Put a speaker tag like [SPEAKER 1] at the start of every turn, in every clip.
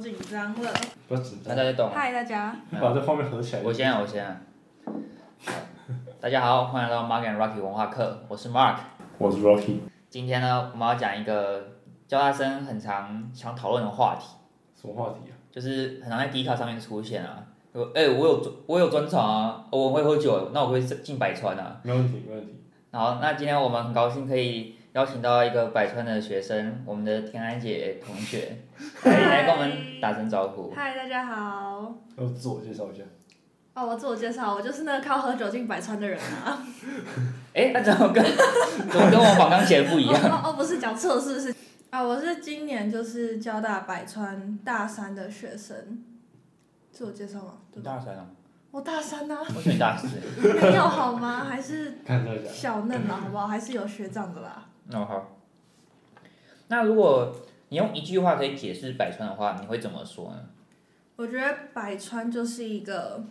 [SPEAKER 1] 紧张了。
[SPEAKER 2] 不要紧
[SPEAKER 3] 那
[SPEAKER 2] 张，
[SPEAKER 3] 大家懂了。
[SPEAKER 1] 嗨，大家，
[SPEAKER 2] 把这画面合起来。
[SPEAKER 3] 我先啊，我先啊。大家好，欢迎来到 Mark and Rocky 文化课，我是 Mark。
[SPEAKER 2] 我是 Rocky，
[SPEAKER 3] 今天呢，我们要讲一个交大生很常想讨论的话题，
[SPEAKER 2] 什么话题啊？
[SPEAKER 3] 就是很常在 D 卡上面出现啊。我哎、我有专我有专场啊，我会喝酒，那我会进百川啊。
[SPEAKER 2] 没问题，没问题。
[SPEAKER 3] 然后，那今天我们很高兴可以邀请到一个百川的学生，我们的田安姐同学，来哎来跟我们打声招呼。
[SPEAKER 1] 嗨，大家好。
[SPEAKER 2] 要自我介绍一下。
[SPEAKER 1] 哦，我自我介绍，我就是那个靠喝酒进百川的人啊。
[SPEAKER 3] 哎、那怎么跟 怎么跟我访刚写的不 一样？
[SPEAKER 1] 哦哦，不是讲错，是是。啊，我是今年就是交大百川大三的学生。自我介绍吗？对吧？
[SPEAKER 3] 大三啊，
[SPEAKER 1] 我大三呐、啊，
[SPEAKER 3] 我选大四。
[SPEAKER 1] 没有好吗？还是
[SPEAKER 2] 看这下，
[SPEAKER 1] 小嫩啊啦，好不好？还是有学长的啦。
[SPEAKER 3] 那、哦、好，那如果你用一句话可以解释百川的话，你会怎么说呢？
[SPEAKER 1] 我觉得百川就是一个，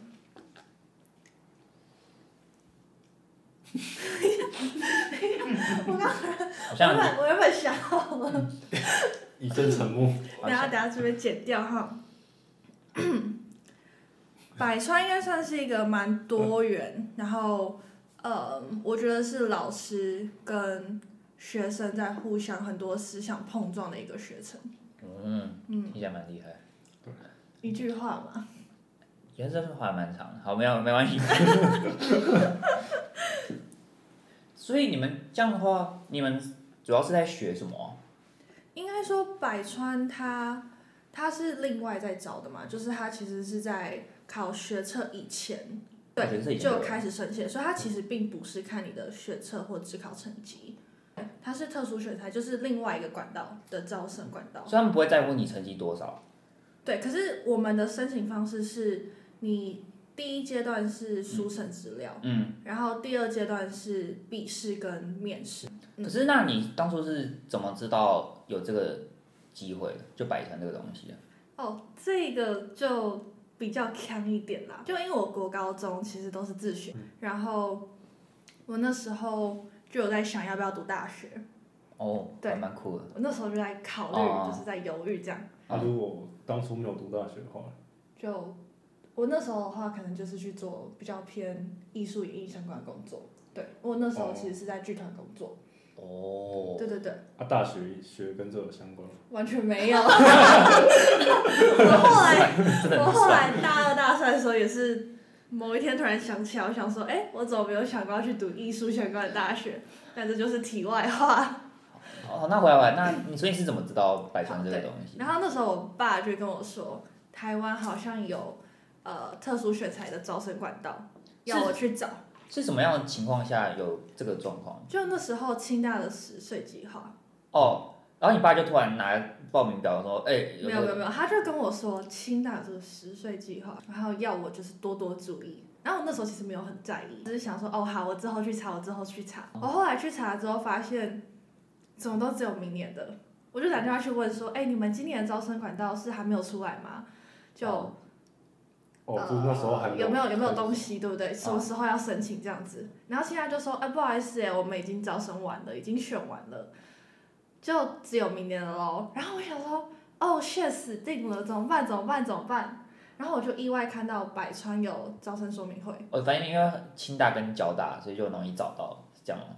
[SPEAKER 3] 好
[SPEAKER 1] 我
[SPEAKER 3] 像
[SPEAKER 1] 原本我原本想好了，
[SPEAKER 2] 一阵沉默。
[SPEAKER 3] 好
[SPEAKER 1] 等下
[SPEAKER 3] 像
[SPEAKER 1] 等下这边剪掉哈。 百川应该算是一个蛮多元，然后呃，我觉得是老师跟学生在互相很多思想碰撞的一个学程。
[SPEAKER 3] 嗯，
[SPEAKER 1] 嗯，
[SPEAKER 3] 听起来蛮厉害。
[SPEAKER 1] 一句话嘛，
[SPEAKER 3] 原这话蛮长的，好，没有没 关系。所以你们这样的话，你们主要是在学什么？
[SPEAKER 1] 应该说百川他他是另外在招的嘛，就是他其实是在考学测以前，
[SPEAKER 3] 我觉得是
[SPEAKER 1] 对，
[SPEAKER 3] 以前
[SPEAKER 1] 就开始升线，所以他
[SPEAKER 3] 嗯
[SPEAKER 1] 其实并不是看你的学测或职考成绩，他是特殊选材，就是另外一个管道的招生管道。
[SPEAKER 3] 所以他们不会在乎你成绩多少。
[SPEAKER 1] 对，可是我们的申请方式是，你第一阶段是书审资料，
[SPEAKER 3] 嗯，
[SPEAKER 1] 然后第二阶段是笔试跟面试。嗯
[SPEAKER 3] 可是那你当初是怎么知道有这个机会的？就百川这个东西啊？
[SPEAKER 1] 哦，这个就比较强一点啦，就因为我国高中其实都是自学，
[SPEAKER 3] 嗯
[SPEAKER 1] 然后我那时候就有在想要不要读大学，
[SPEAKER 3] 哦，
[SPEAKER 1] 对
[SPEAKER 3] 还蛮酷的。
[SPEAKER 1] 我那时候就在考
[SPEAKER 3] 哦
[SPEAKER 1] 虑，就是在犹豫这样，
[SPEAKER 2] 啊，如果当初没有读大学的话，
[SPEAKER 1] 就。我那时候的话，可能就是去做比较偏艺术演艺相关的工作。对我那时候其实是在剧团工作，
[SPEAKER 3] 哦，
[SPEAKER 1] 对对对，
[SPEAKER 2] 啊，大学学跟这有相关吗？
[SPEAKER 1] 完全没 有。我后来，
[SPEAKER 3] 真的
[SPEAKER 1] 我
[SPEAKER 3] 很
[SPEAKER 1] 后
[SPEAKER 3] 帅。
[SPEAKER 1] 来大二大三的时候也是，某一天突然想起来，我想说，哎、我怎么没有想过要去读艺术相关的大学？但这就是题外话。
[SPEAKER 3] 哦，那回来回来，那你所以你是怎么知道百川
[SPEAKER 1] 哦
[SPEAKER 3] 这个东西？
[SPEAKER 1] 然后那时候我爸就跟我说，台湾好像有呃特殊选材的招生管道，要我去找。
[SPEAKER 3] 是什么样的情况下有这个状况？
[SPEAKER 1] 就那时候清大的十岁计划，
[SPEAKER 3] 哦，然后你爸就突然拿报名表说，哎、有
[SPEAKER 1] 没
[SPEAKER 3] 这
[SPEAKER 1] 有没
[SPEAKER 3] 个
[SPEAKER 1] 有没有，他就跟我说清大有这个十岁计划，然后要我就是多多注意。然后我那时候其实没有很在意，只是想说哦好，我之后去查，我之后去查。我后来去查之后发现，怎么都只有明年的。我就打电话去问说，哎、你们今年的招生管道是还没有出来吗？就、
[SPEAKER 3] 哦
[SPEAKER 2] 哦，
[SPEAKER 1] 呃
[SPEAKER 2] 就是那时候还
[SPEAKER 1] 有
[SPEAKER 2] 没
[SPEAKER 1] 没有有没有东西，对不对？什么时候要申请这样子？然后现在就说，哎、不好意思、哎，我们已经招生完了，已经选完了，就只有明年了喽。然后我想说，哦，shit，死定了，怎么办？怎么办？怎么办？然后我就意外看到百川有招生说明会，
[SPEAKER 3] 我哦反正因为清大跟交大，所以就容易找到，是这样吗？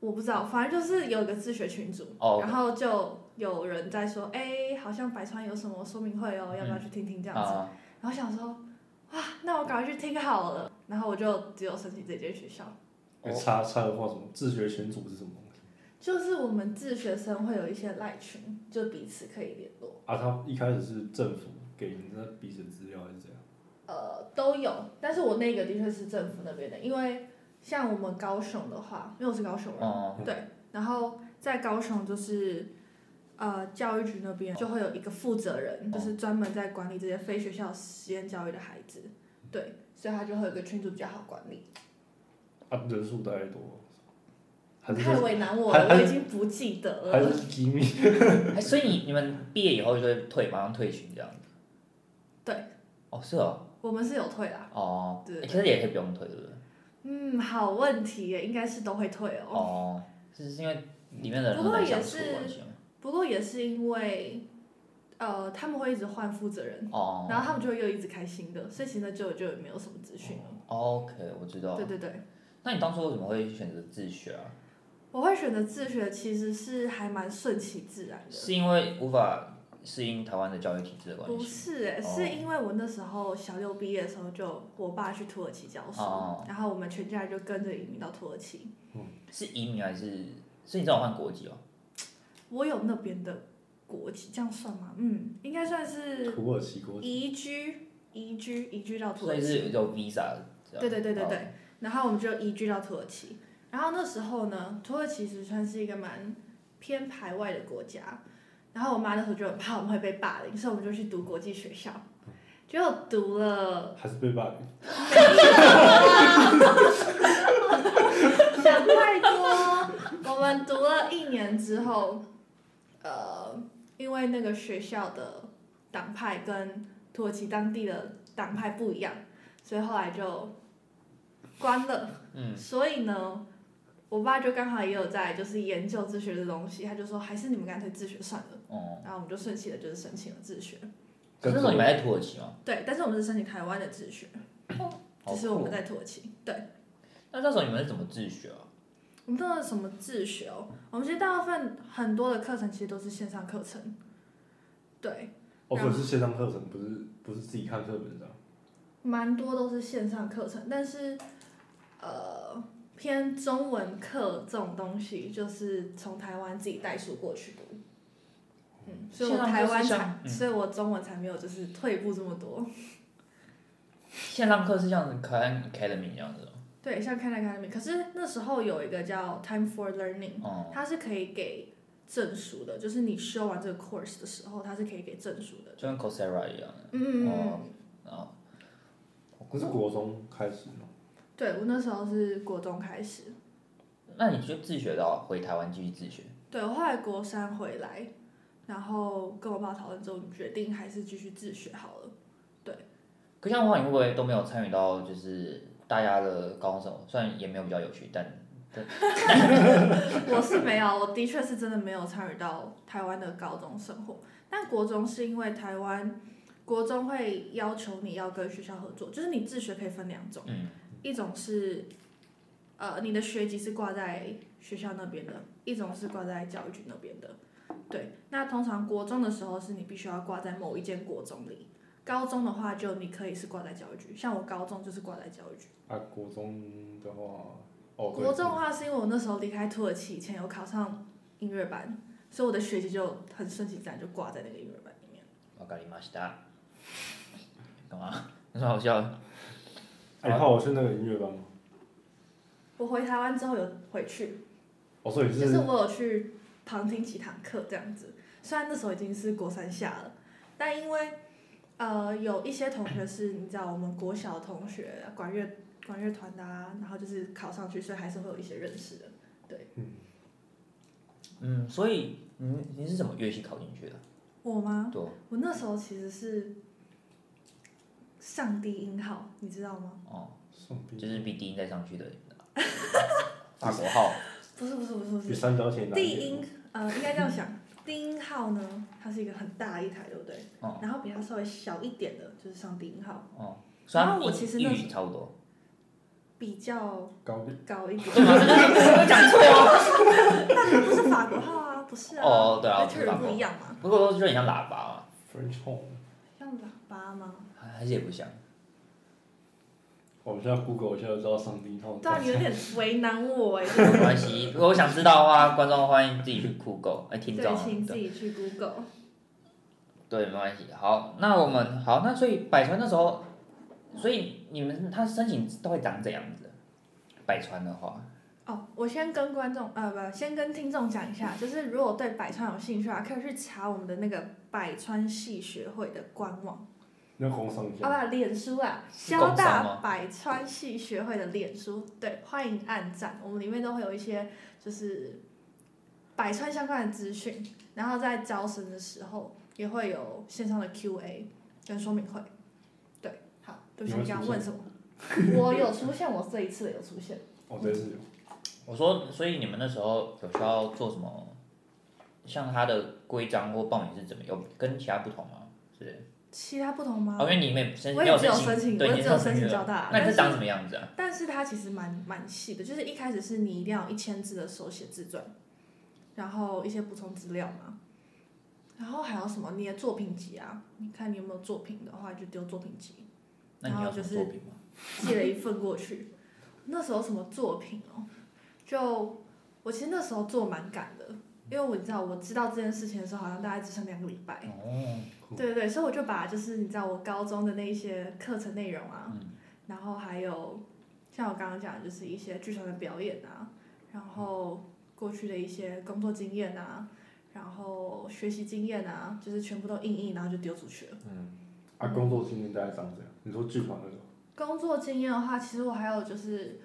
[SPEAKER 1] 我不知道，反正就是有一个自学群组，
[SPEAKER 3] 哦
[SPEAKER 1] 然后就有人在说，哎、好像百川有什么说明会哦，要不要去听听这样子？
[SPEAKER 3] 啊、
[SPEAKER 1] 然后想说，哇，那我赶快去听好了。然后我就只有申请这间学校。
[SPEAKER 2] 有插插哎的话，什么自学群组是什么东西？
[SPEAKER 1] 就是我们自学生会有一些赖群，就彼此可以联络，
[SPEAKER 2] 啊，他一开始是政府给你那彼此资料还是怎样？
[SPEAKER 1] 呃，都有。但是我那个的确是政府那边的，因为像我们高雄的话，因为我是高雄人，
[SPEAKER 3] 哦、
[SPEAKER 1] 然后在高雄就是呃教育局那边就会有一个负责人，就是专门在管理这些非学校实验教育的孩子，对，所以他就会有一个群组比较好管理。
[SPEAKER 2] 啊，人数大概多少，还是
[SPEAKER 1] 太
[SPEAKER 2] 这
[SPEAKER 1] 为难我
[SPEAKER 2] 还
[SPEAKER 1] 了，我
[SPEAKER 2] 还
[SPEAKER 1] 已经不记得
[SPEAKER 2] 还
[SPEAKER 1] 了。
[SPEAKER 2] 是机密？
[SPEAKER 3] 哎，所以你你们毕业以后就会退，马上退群这样子？
[SPEAKER 1] 对。
[SPEAKER 3] 哦，是哦，
[SPEAKER 1] 我们是有退啦，
[SPEAKER 3] 哦，
[SPEAKER 1] 对
[SPEAKER 3] 哎其实也可以不用退，对不对？
[SPEAKER 1] 嗯，好问题耶，应该是都会退哦
[SPEAKER 3] 哦，是是因为里面的人
[SPEAKER 1] 不过
[SPEAKER 3] 很
[SPEAKER 1] 也
[SPEAKER 3] 相处
[SPEAKER 1] 是
[SPEAKER 3] 关系吗？
[SPEAKER 1] 不过也是因为，呃，他们会一直换负责人，
[SPEAKER 3] 哦
[SPEAKER 1] 然后他们就会又一直开新的，所以其实就就没有什么资讯了。
[SPEAKER 3] 哦，OK，我知道
[SPEAKER 1] 对。对对，
[SPEAKER 3] 那你当初为什么会选择自学啊？
[SPEAKER 1] 我会选择自学，其实是还蛮顺其自然的。
[SPEAKER 3] 是因为无法适应台湾的教育体制的关
[SPEAKER 1] 不
[SPEAKER 3] 系？
[SPEAKER 1] 是哎、
[SPEAKER 3] 哦
[SPEAKER 1] 是因为我那时候小六毕业的时候，就我爸去土耳其教书，
[SPEAKER 3] 哦
[SPEAKER 1] 然后我们全家人就跟着移民到土耳其。
[SPEAKER 3] 是移民还是？是你正好换国籍哦？
[SPEAKER 1] 我有那边的国籍，这样算吗？嗯，应该算是
[SPEAKER 2] 土耳其国籍，
[SPEAKER 1] 移居，移居，移居到哦土
[SPEAKER 3] 所
[SPEAKER 1] 耳
[SPEAKER 3] 以是
[SPEAKER 1] 其。
[SPEAKER 3] 有 visa 这样。
[SPEAKER 1] 对对对对对
[SPEAKER 3] 哦。
[SPEAKER 1] 然后我们就移居到土耳其。然后那时候呢，土耳其其实算是一个蛮偏排外的国家。然后我妈那时候就很怕我们会被霸凌，所以我们就去读国际学校。结果读了
[SPEAKER 2] 还是被霸凌。
[SPEAKER 1] 想太多。我们读了一年之后，呃，因为那个学校的党派跟土耳其当地的党派不一样，所以后来就关了。
[SPEAKER 3] 嗯。
[SPEAKER 1] 所以呢，我爸就刚好也有在就是研究自学的东西，他就说还是你们干脆自学算了。
[SPEAKER 3] 哦。
[SPEAKER 1] 然后我们就顺其的就是申请了自学，
[SPEAKER 3] 可是那时候你们还在土耳其吗？哦
[SPEAKER 1] 对，但是我们是申请台湾的自学，
[SPEAKER 3] 好
[SPEAKER 1] 只是我
[SPEAKER 3] 酷
[SPEAKER 1] 们
[SPEAKER 3] 哦。
[SPEAKER 1] 在土耳其，对。
[SPEAKER 3] 那那时候你们是怎么自学啊？
[SPEAKER 1] 我们都有什么自学哦？我们其实大部分很多的课程其实都是线上课程，对，
[SPEAKER 2] 哦，可是线上课程，不是不是自己看课本的啊。
[SPEAKER 1] 蛮多都是线上课程，但是呃偏中文课这种东西，就是从台湾自己带书过去读。嗯，所以我
[SPEAKER 3] 线上课
[SPEAKER 1] 台
[SPEAKER 3] 是
[SPEAKER 1] 湾才
[SPEAKER 3] 像，嗯
[SPEAKER 1] 所以我中文才没有就是退步这么多。
[SPEAKER 3] 线上课是像 Khan Academy 这样子哦。
[SPEAKER 1] 对，像 Khan Academy，可是那时候有一个叫 Time for Learning，
[SPEAKER 3] 哦。
[SPEAKER 1] 它是可以给证书的，就是你修完这个 course 的时候，它是可以给证书的。
[SPEAKER 3] 就跟 Coursera 一样的。
[SPEAKER 1] 嗯，
[SPEAKER 3] 哦哦。
[SPEAKER 2] 哦不是国中开始吗？
[SPEAKER 1] 对我那时候是国中开始，
[SPEAKER 3] 那你就自学到回台湾继续自学？
[SPEAKER 1] 对我后来国三回来，然后跟我爸讨论之后，我们决定还是继续自学好了。
[SPEAKER 3] 可像的话，你会不会都没有参与到就是大家的高中生活？虽然也没有比较有趣，但
[SPEAKER 1] 我是没有，我的确是真的没有参与到台湾的高中生活，但国中是因为台湾。国中会要求你要跟学校合作，就是你自学可以分两种，
[SPEAKER 3] 嗯
[SPEAKER 1] 一种是，呃，你的学籍是挂在学校那边的，一种是挂在教育局那边的。对，那通常国中的时候是你必须要挂在某一间国中里，高中的话就你可以是挂在教育局，像我高中就是挂在教育局。
[SPEAKER 2] 啊，国中的话，哦，对
[SPEAKER 1] 国中的话是因为我那时候离开土耳其以前有考上音乐班，所以我的学籍就很顺其自然就挂在那个音乐班里面。
[SPEAKER 3] 我咖喱马西达，干嘛？ 很好笑的。
[SPEAKER 2] 哎，你怕我去那个音乐班吗？
[SPEAKER 1] 我回台湾之后有回去，
[SPEAKER 2] 哦，所以
[SPEAKER 1] 就是我有去旁听几堂课这样子，虽然那时候已经是国三下了，但因为呃有一些同学是你知道我们国小同学管乐管乐团的啊，然后就是考上去，所以还是会有一些认识的。
[SPEAKER 3] 嗯，所以你你是怎么乐器考进去的？
[SPEAKER 1] 我吗？
[SPEAKER 3] 对，
[SPEAKER 1] 我那时候其实是上低音号，你知道吗？
[SPEAKER 3] 哦，
[SPEAKER 2] 上兵
[SPEAKER 3] 就是比低音再 上去的。法国号，
[SPEAKER 1] 不是不是不是不
[SPEAKER 2] 比
[SPEAKER 1] 是，
[SPEAKER 2] 三角形难
[SPEAKER 1] 低
[SPEAKER 2] 一点
[SPEAKER 1] 音呃应该这样想，低音号呢它是一个很大一台，对不对？
[SPEAKER 3] 哦
[SPEAKER 1] 然后比它稍微小一点的就是上低音号，
[SPEAKER 3] 哦，虽然
[SPEAKER 1] 然后啊我其实
[SPEAKER 3] 英
[SPEAKER 1] 那
[SPEAKER 3] 英
[SPEAKER 1] 时
[SPEAKER 3] 语差不多。
[SPEAKER 1] 比较
[SPEAKER 2] 高低
[SPEAKER 1] 高一 点。
[SPEAKER 3] 对吗？我讲错了。
[SPEAKER 1] 但不是法国号啊，不是啊。
[SPEAKER 3] 哦对啊
[SPEAKER 1] 跟 Turing 不一样嘛，
[SPEAKER 3] 不过就很像喇叭嘛，
[SPEAKER 2] French horn。
[SPEAKER 1] 像喇叭吗？
[SPEAKER 3] 还还是也不像。
[SPEAKER 2] 我们现在 Google 一下就知道上帝号。
[SPEAKER 3] 哦
[SPEAKER 1] 对啊，你有 点为难我哎、
[SPEAKER 3] 没关系，如果想知道的话，观众欢迎自己去酷狗，哎，听众
[SPEAKER 1] 对，
[SPEAKER 3] 啊
[SPEAKER 1] 请自
[SPEAKER 3] 对
[SPEAKER 1] 己去 Google。
[SPEAKER 3] 对，没关系。好，那我们好，那所以百川那时候，所以你们他申请都会长怎样子？百川的话，
[SPEAKER 1] 哦，我先跟观众呃不，先跟听众讲一下，就是如果对百川有兴趣啊，可以去查我们的那个百川系学会的官网，
[SPEAKER 2] 那红上
[SPEAKER 1] 啊不
[SPEAKER 2] 下。
[SPEAKER 1] 啦，脸书啊，
[SPEAKER 3] 是
[SPEAKER 1] 交
[SPEAKER 3] 工商
[SPEAKER 1] 大
[SPEAKER 3] 吗
[SPEAKER 1] 百川系学会的脸书，对，欢迎按赞，我们里面都会有一些就是百川相关的资讯，然后在招生的时候也会有线上的 Q&A 跟说明会，对，好，对不起，
[SPEAKER 2] 你
[SPEAKER 1] 你
[SPEAKER 2] 会
[SPEAKER 1] 刚刚
[SPEAKER 2] 出
[SPEAKER 1] 问什么？我有 出现，我这一次有出现，
[SPEAKER 2] 哦，对是有。
[SPEAKER 3] 我说，所以你们那时候有需要做什么像它的规章或报名是怎么有跟其他不同吗？是，
[SPEAKER 1] 其他不同吗？
[SPEAKER 3] 哦，因为你没
[SPEAKER 1] 嗯
[SPEAKER 3] 申
[SPEAKER 1] 我
[SPEAKER 3] 没有
[SPEAKER 1] 也只有
[SPEAKER 3] 申
[SPEAKER 1] 申请，我
[SPEAKER 3] 对，你
[SPEAKER 1] 也
[SPEAKER 3] 也
[SPEAKER 1] 只有
[SPEAKER 3] 申
[SPEAKER 1] 申请
[SPEAKER 3] 了
[SPEAKER 1] 交大，
[SPEAKER 3] 那你
[SPEAKER 1] 但
[SPEAKER 3] 是长什
[SPEAKER 1] 是
[SPEAKER 3] 么样子啊？
[SPEAKER 1] 但是它其实蛮蛮细的，就是一开始是你一定要有一千字的手写自传，然后一些补充资料嘛，然后还有什么你的作品集啊，你看你有没有作品的话就丢作品集，
[SPEAKER 3] 那你
[SPEAKER 1] 然
[SPEAKER 3] 有
[SPEAKER 1] 后
[SPEAKER 3] 什么
[SPEAKER 1] 就是
[SPEAKER 3] 作品吗？
[SPEAKER 1] 寄了一份过去。那时候什么作品哦？就我其实那时候做蛮赶的，因为我你知道我知道这件事情的时候，好像大概只剩两个礼拜。
[SPEAKER 3] 哦，
[SPEAKER 1] 对对对，所以我就把就是你知道我高中的那一些课程内容啊，
[SPEAKER 3] 嗯
[SPEAKER 1] 然后还有像我刚刚讲的就是一些剧场的表演啊，然后过去的一些工作经验啊，然后学习经验啊，就是全部都印印，然后就丢出去了。
[SPEAKER 2] 嗯，啊，工作经验大概长怎样？你说剧团那种，
[SPEAKER 1] 工作经验的话，其实我还有就是，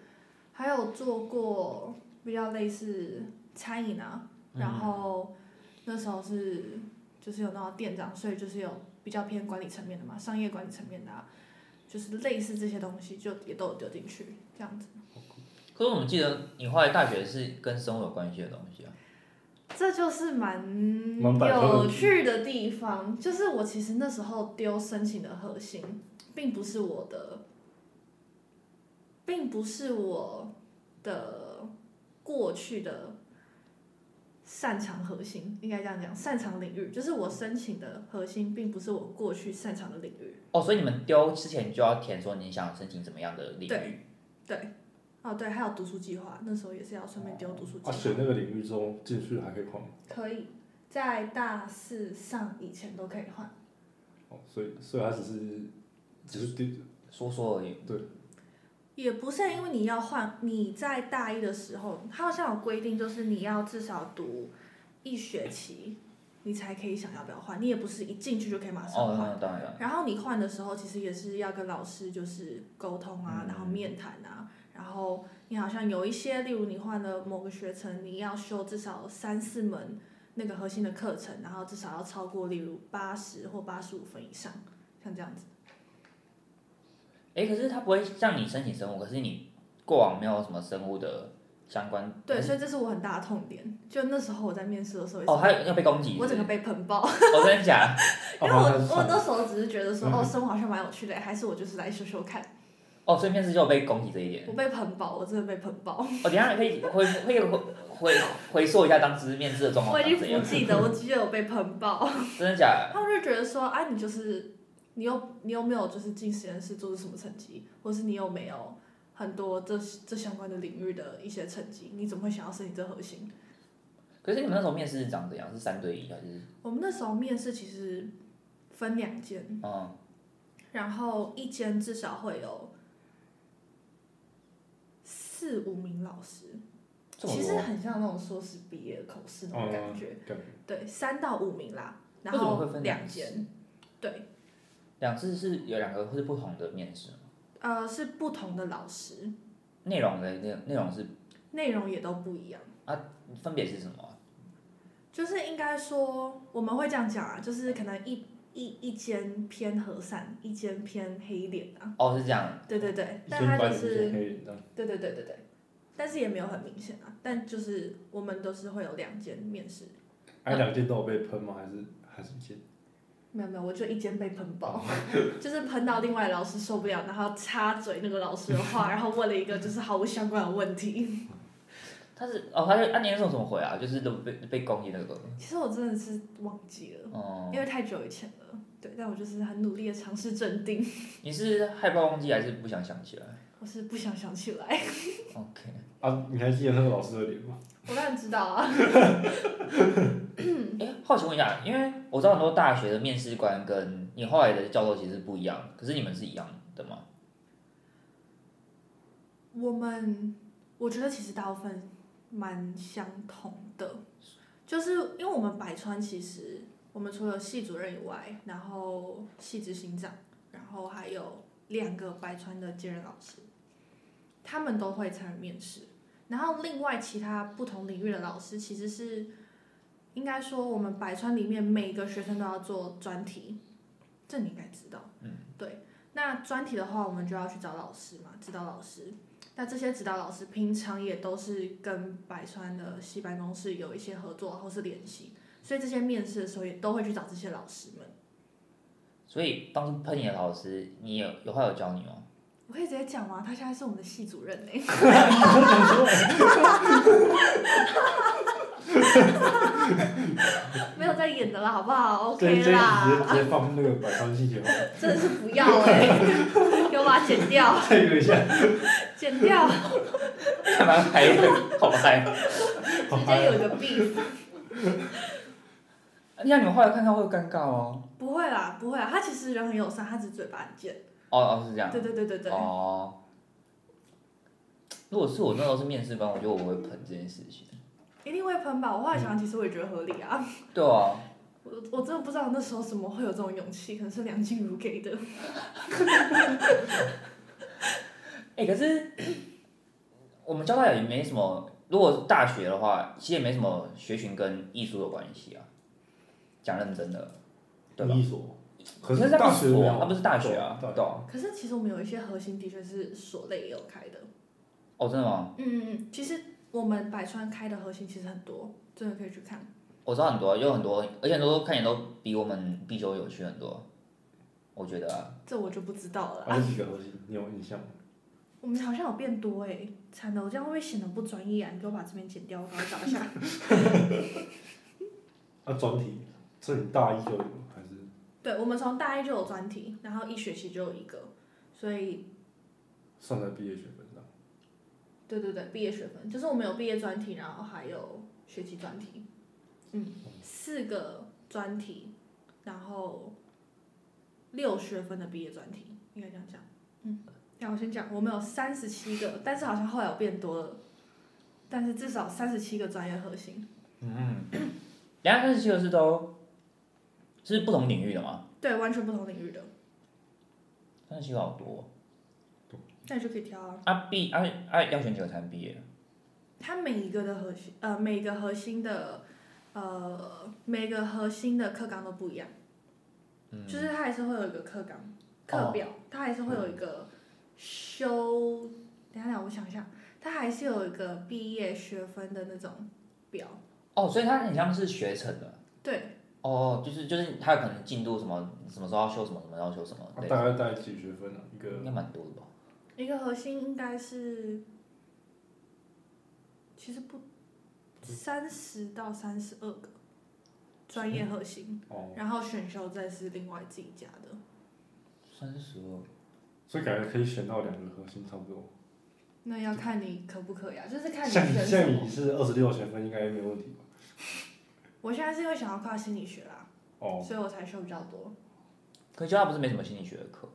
[SPEAKER 1] 还有做过比较类似餐饮啊，
[SPEAKER 3] 嗯
[SPEAKER 1] 然后那时候是就是有那种店长，所以就是有比较偏管理层面的嘛，商业管理层面的、啊，就是类似这些东西就也都有丢进去这样子。
[SPEAKER 3] 可是我们记得你后来大学是跟生活有关系的东西啊。
[SPEAKER 1] 这就是蛮
[SPEAKER 2] 蛮百合
[SPEAKER 1] 有
[SPEAKER 2] 的
[SPEAKER 1] 趣的地方，就是我其实那时候丢申请的核心，并不是我的，并不是我的过去的擅长核心，应该这样讲，擅长领域，就是我申请的核心，并不是我过去擅长的领域。
[SPEAKER 3] 哦，所以你们丢之前就要填说你想申请怎么样的领域。
[SPEAKER 1] 对，哦对，还有读书计划，那时候也是要顺便丢读书计
[SPEAKER 2] 啊，
[SPEAKER 1] 划，
[SPEAKER 2] 选那个领域中进去还可以换吗？
[SPEAKER 1] 可以在大四上以前都可以换。
[SPEAKER 2] 哦，所以所以他只是只是第
[SPEAKER 3] 说说而已。
[SPEAKER 1] 也不是因为你要换，你在大一的时候，它好像有规定，就是你要至少读一学期，你才可以想要不要换。你也不是一进去就可以马上
[SPEAKER 3] 哦，
[SPEAKER 1] 换。
[SPEAKER 3] 那当然。
[SPEAKER 1] 然后你换的时候，其实也是要跟老师就是沟通啊，
[SPEAKER 3] 嗯
[SPEAKER 1] 然后面谈啊，然后你好像有一些，例如你换了某个学程，你要修至少三四门那个核心的课程，然后至少要超过例如八十或八十五分以上，像这样子。
[SPEAKER 3] 哎，可是他不会让你申请生物，可是你过往没有什么生物的相关。
[SPEAKER 1] 对，所以这是我很大的痛点。就那时候我在面试的时候也是
[SPEAKER 3] 哦，他要被攻击。
[SPEAKER 1] 我整个被喷爆，
[SPEAKER 3] 哦，真的假的？
[SPEAKER 1] 因 为
[SPEAKER 2] 哦，
[SPEAKER 1] 我
[SPEAKER 2] 好像
[SPEAKER 1] 我
[SPEAKER 2] 是
[SPEAKER 1] 那时候只是觉得说，
[SPEAKER 2] 嗯
[SPEAKER 1] 哦，生活好像蛮有趣的，还是我就是来修修看。
[SPEAKER 3] 哦，所以面试就有被攻击这 一点。
[SPEAKER 1] 我被喷爆，我真的被喷爆，
[SPEAKER 3] 哦，等一下可以回回回回回溯一下当时面试的
[SPEAKER 2] 哦
[SPEAKER 3] 状
[SPEAKER 1] 我
[SPEAKER 3] 况
[SPEAKER 1] 已
[SPEAKER 3] 长
[SPEAKER 1] 经
[SPEAKER 3] 怎样
[SPEAKER 1] 不？记 得，我只记得我被喷爆。
[SPEAKER 3] 真的
[SPEAKER 2] 哎
[SPEAKER 3] 假的？
[SPEAKER 1] 他们就觉得说，啊，你就是你又你又没有就是进实验室做出什么成绩，或是你又没有很多这这相关的领域的一些成绩，你怎么会想要申请这核心？
[SPEAKER 3] 可是你们那时候面试是长怎样？是三对一还是？
[SPEAKER 1] 我们那时候面试其实分两间，
[SPEAKER 3] 嗯，
[SPEAKER 1] 然后一间至少会有四五名老师。
[SPEAKER 3] 这么
[SPEAKER 1] 其实
[SPEAKER 3] 多。哦
[SPEAKER 1] 很像那种硕士毕业的口试那种感觉，
[SPEAKER 2] 感觉
[SPEAKER 1] 对，三到五名啦，然
[SPEAKER 3] 为什么
[SPEAKER 1] 后
[SPEAKER 3] 会分
[SPEAKER 1] 两
[SPEAKER 3] 两次
[SPEAKER 1] 间，对，
[SPEAKER 3] 两次是有两个是不同的面试吗，
[SPEAKER 1] 呃，是不同的老师，
[SPEAKER 3] 内容的内内容是
[SPEAKER 1] 内容也都不一样。
[SPEAKER 3] 分别是什么啊？
[SPEAKER 1] 就是应该说，我们会这样讲啊，就是可能一一一间偏和善，一间偏黑脸啊，
[SPEAKER 3] 哦，是这样。
[SPEAKER 1] 对对对，
[SPEAKER 2] 一
[SPEAKER 1] 但它
[SPEAKER 2] 天
[SPEAKER 1] 就
[SPEAKER 2] 班一
[SPEAKER 1] 是
[SPEAKER 2] 天黑这样。
[SPEAKER 1] 对对对对对，但是也没有很明显啊，但就是我们都是会有两间面试，
[SPEAKER 2] 哎，两件都有被喷吗？还是还是一件？
[SPEAKER 1] 没有没有，我就一间被喷爆， 就是喷到另外老师受不了，然后插嘴那个老师的 话，然后问了一个就是毫无相关的问题。
[SPEAKER 3] 他是哦，他就按年时候怎么回啊？就是被被攻击那个，
[SPEAKER 1] 其实我真的是忘记了，
[SPEAKER 3] 哦、
[SPEAKER 1] 因为太久以前了。对，但我就是很努力的尝试镇定，
[SPEAKER 3] 你是害怕忘记还是不想想起来
[SPEAKER 1] 我是不想想起来。
[SPEAKER 3] ？OK，
[SPEAKER 2] 啊，你还记得那个老师的脸吗？
[SPEAKER 1] 我当然知道啊，嗯
[SPEAKER 3] 哎、好奇问一下，因为我知道很多大学的面试官跟你后来的教授其实不一样，可是你们是一样的吗？
[SPEAKER 1] 我们我觉得其实大部分蛮相同的，就是因为我们百川其实我们除了系主任以外，然后系执行长，然后还有两个百川的兼任老师，他们都会参与面试。然后另外其他不同领域的老师其实是，应该说我们百川里面每个学生都要做专题，这你应该知道。
[SPEAKER 3] 嗯，
[SPEAKER 1] 对。那专题的话，我们就要去找老师嘛，指导老师。那这些指导老师平常也都是跟百川的系办公室有一些合作或是联系，所以这些面试的时候也都会去找这些老师们。
[SPEAKER 3] 所以当时喷你的老师，你有有话有教你吗？
[SPEAKER 1] 我可以直接讲吗？他现在是我们的系主 任哎、没有在演的啦，好不好
[SPEAKER 2] 这
[SPEAKER 1] ？OK
[SPEAKER 2] 这一集直接直
[SPEAKER 1] 啦，
[SPEAKER 2] 接放那个百川系节 目，
[SPEAKER 1] 真的是不要哎、 给我把它剪掉，
[SPEAKER 2] 这个一下，
[SPEAKER 1] 剪掉，
[SPEAKER 3] 还蛮嗨的，好嗨！
[SPEAKER 2] 好
[SPEAKER 1] 直接
[SPEAKER 2] 嗨
[SPEAKER 1] 有一个 B。
[SPEAKER 3] 让啊你们后来看看会尴尬哦。
[SPEAKER 1] 不会啦，不会啊啦，他其实人很友善，他只是嘴巴很贱。
[SPEAKER 3] 哦哦，是这样。
[SPEAKER 1] 对对对对对，
[SPEAKER 3] 哦。如果是我那时候是面试官，我觉得我会喷这件事情。
[SPEAKER 1] 一定会喷吧。我后来想，其实我也觉得合理啊。
[SPEAKER 3] 对啊，
[SPEAKER 1] 我我真的不知道那时候怎么会有这种勇气，可能是梁静茹给的。
[SPEAKER 3] 哎、可是 我们交大也没什么，如果大学的话，其实也没什么学群跟艺术有关系啊。讲认真的，对吧
[SPEAKER 2] 你？一所，可
[SPEAKER 3] 是
[SPEAKER 2] 是
[SPEAKER 3] 它
[SPEAKER 2] 大
[SPEAKER 3] 不
[SPEAKER 2] 学
[SPEAKER 3] 是
[SPEAKER 2] 没
[SPEAKER 3] 所啊，
[SPEAKER 2] 有，
[SPEAKER 3] 它不是大学啊，
[SPEAKER 2] 对
[SPEAKER 3] 对
[SPEAKER 2] 啊
[SPEAKER 3] 啊。
[SPEAKER 1] 可是其实我们有一些核心的确是所类也有开的。
[SPEAKER 3] 哦，真的吗？
[SPEAKER 1] 嗯嗯嗯，其实我们百川开的核心其实很多，真的可以去看。
[SPEAKER 3] 我知道很多，有很多，而且都看起来都比我们必修有趣很多，我觉得啊、
[SPEAKER 1] 这我就不知道了啦。
[SPEAKER 2] 还有几个核心，你有印象吗？
[SPEAKER 1] 我们好像有变多哎、惨了，我这样会不会显得不专业啊？你给我把这边剪掉，我赶快找一下。
[SPEAKER 2] 啊，专题，这你大一就有还是？
[SPEAKER 1] 对，我们从大一就有专题，然后一学期就有一个，所以
[SPEAKER 2] 算在毕业学分上，
[SPEAKER 1] 对对对，毕业学分就是我们有毕业专题，然后还有学期专题，嗯，四个专题，然后六学分的毕业专题，应该这样讲。嗯，那我先讲，我们有三十七个，但是好像后来有变多了，但是至少三十七个专业核心。
[SPEAKER 3] 嗯，两下三十七个是都是不同领域的嘛？
[SPEAKER 1] 对，完全不同领域的，
[SPEAKER 3] 三十七个好多
[SPEAKER 1] 那你就可以挑啊。
[SPEAKER 3] 啊！毕啊啊要选几个才能毕业？
[SPEAKER 1] 它每一个的核心，呃，每个核心的，呃，每个核心的课纲都不一样，
[SPEAKER 3] 嗯
[SPEAKER 1] 就是它还是会有一个课纲、课表，它还是会有一个修。等一下，等一下我想一下，它还是有一个毕业学分的那种表。
[SPEAKER 3] 哦，所以它很像是学成的
[SPEAKER 1] 对，
[SPEAKER 3] 哦，就是就是它有可能进度什么什么时候要修什么什么时候要修什么，
[SPEAKER 2] 啊
[SPEAKER 3] 对，
[SPEAKER 2] 大概大概几学分啊？一个
[SPEAKER 3] 应该蛮多的吧？
[SPEAKER 1] 一个核心应该是，其实不，三十到三十二个专业核心，
[SPEAKER 2] 哦，
[SPEAKER 1] 然后选修再是另外自己加的。
[SPEAKER 3] 三十二，
[SPEAKER 2] 所以感觉可以选到两个核心差不多。
[SPEAKER 1] 那要看你可不可以啊，就是看你
[SPEAKER 2] 像你
[SPEAKER 1] 选什
[SPEAKER 2] 像
[SPEAKER 1] 么
[SPEAKER 2] 你。是二十六学分，应该没问题吧？
[SPEAKER 1] 我现在是因为想要跨心理学啦，
[SPEAKER 2] 哦，
[SPEAKER 1] 所以我才修比较多。
[SPEAKER 3] 可是交大不是没什么心理学的课？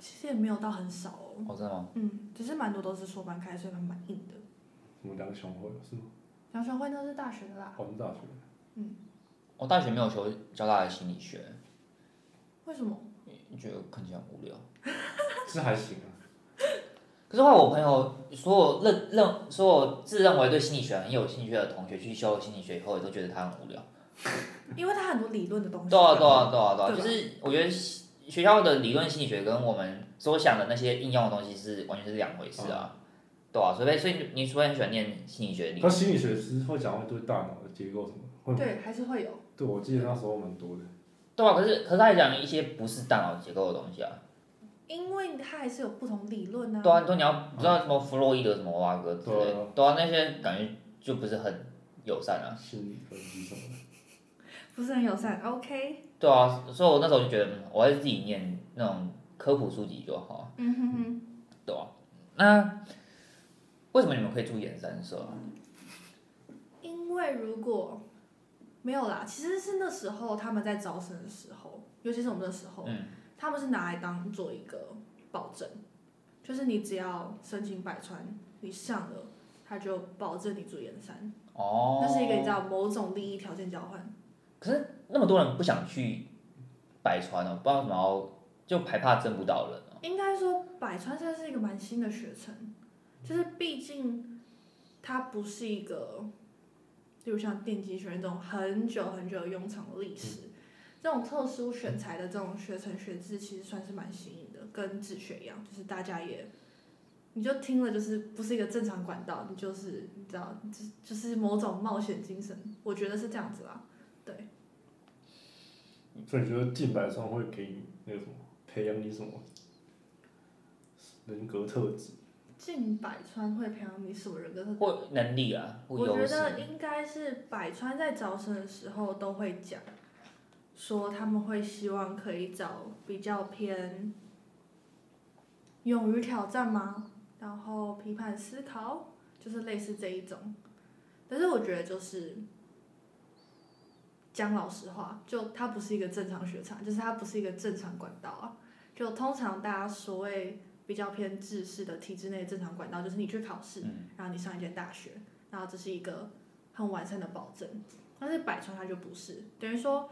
[SPEAKER 1] 其实也没有到很少哦，
[SPEAKER 3] 哦，真的吗？
[SPEAKER 1] 嗯，只是蛮多都是说蛮开，所以蛮蛮硬的。
[SPEAKER 2] 什么梁雄辉是吗？哦
[SPEAKER 1] 杨传辉那是大学的啦，
[SPEAKER 2] 我们大学
[SPEAKER 3] 我大学没有修交大的心理学，
[SPEAKER 1] 为什么？
[SPEAKER 3] 觉得看起来很无聊。
[SPEAKER 2] 这还行啊，
[SPEAKER 3] 可是后来我朋友所有认认所有自认为对心理学很有兴趣的同学去修心理学以后，也都觉得他很无聊。
[SPEAKER 1] 因为它很多理论的东西。
[SPEAKER 3] 对啊对啊对啊对啊，
[SPEAKER 1] 对吧
[SPEAKER 3] 就是我觉得学校的理论心理学跟我们所想的那些应用的东西是完全是两回事
[SPEAKER 1] 嗯
[SPEAKER 3] 啊。对啊，所以所以你除非很喜欢念心理学理
[SPEAKER 2] 可是心理学是会讲到对大脑的结构什么，会
[SPEAKER 1] 对，还是会有。
[SPEAKER 2] 对我记得那时候蛮多的。
[SPEAKER 3] 对啊，可是可是他也讲一些不是大脑结构的东西啊。
[SPEAKER 1] 因为它还是有不同理论啊。
[SPEAKER 3] 对啊，你说你要你知道什么弗洛伊德什么蛙哥之类
[SPEAKER 2] 对
[SPEAKER 3] 的，对啊，那些感觉就不是很友善啊。
[SPEAKER 2] 心理分析什么的，
[SPEAKER 1] 不是很友善。OK，
[SPEAKER 3] 对啊，所以我那时候就觉得嗯我还是自己念那种科普书籍就好啊。
[SPEAKER 1] 嗯哼哼，
[SPEAKER 3] 对啊，那为什么你们可以住演三社啊？
[SPEAKER 1] 因为如果没有啦，其实是那时候他们在招生的时候，尤其是我们那时候，
[SPEAKER 3] 嗯
[SPEAKER 1] 他们是拿来当做一个保证，就是你只要申请百川，你上了，他就保证你住研三，
[SPEAKER 3] 哦，
[SPEAKER 1] 那是一个你知道某种利益条件交换。
[SPEAKER 3] 可是那么多人不想去百川哦，不知道怎么要就害怕争不到人哦。
[SPEAKER 1] 应该说，百川现在是一个蛮新的学程，就是毕竟它不是一个，例如像电机学院这种很久很久的用场的历史，这种特殊选材的这种学程学制，其实算是蛮新颖的，跟自学一样，就是大家也你就听了就是不是一个正常管道，你就是你知道，就就是某种冒险精神，我觉得是这样子啦。
[SPEAKER 2] 所以你觉得进百川会给你那个什么，培养你什么人格特质？
[SPEAKER 1] 进百川会培养你什么人格特质？
[SPEAKER 3] 或能力啊，或
[SPEAKER 1] 呃我
[SPEAKER 3] 优
[SPEAKER 1] 觉
[SPEAKER 3] 势。
[SPEAKER 1] 得应该是百川在招生的时候都会讲，说他们会希望可以找比较偏勇于挑战吗？然后批判思考，就是类似这一种。但是我觉得就是讲老实话，就它不是一个正常学场，就是它不是一个正常管道啊。就通常大家所谓比较偏制式的体制内正常管道，就是你去考试，
[SPEAKER 3] 嗯，
[SPEAKER 1] 然后你上一间大学，然后这是一个很完善的保证。但是百川它就不是，等于说，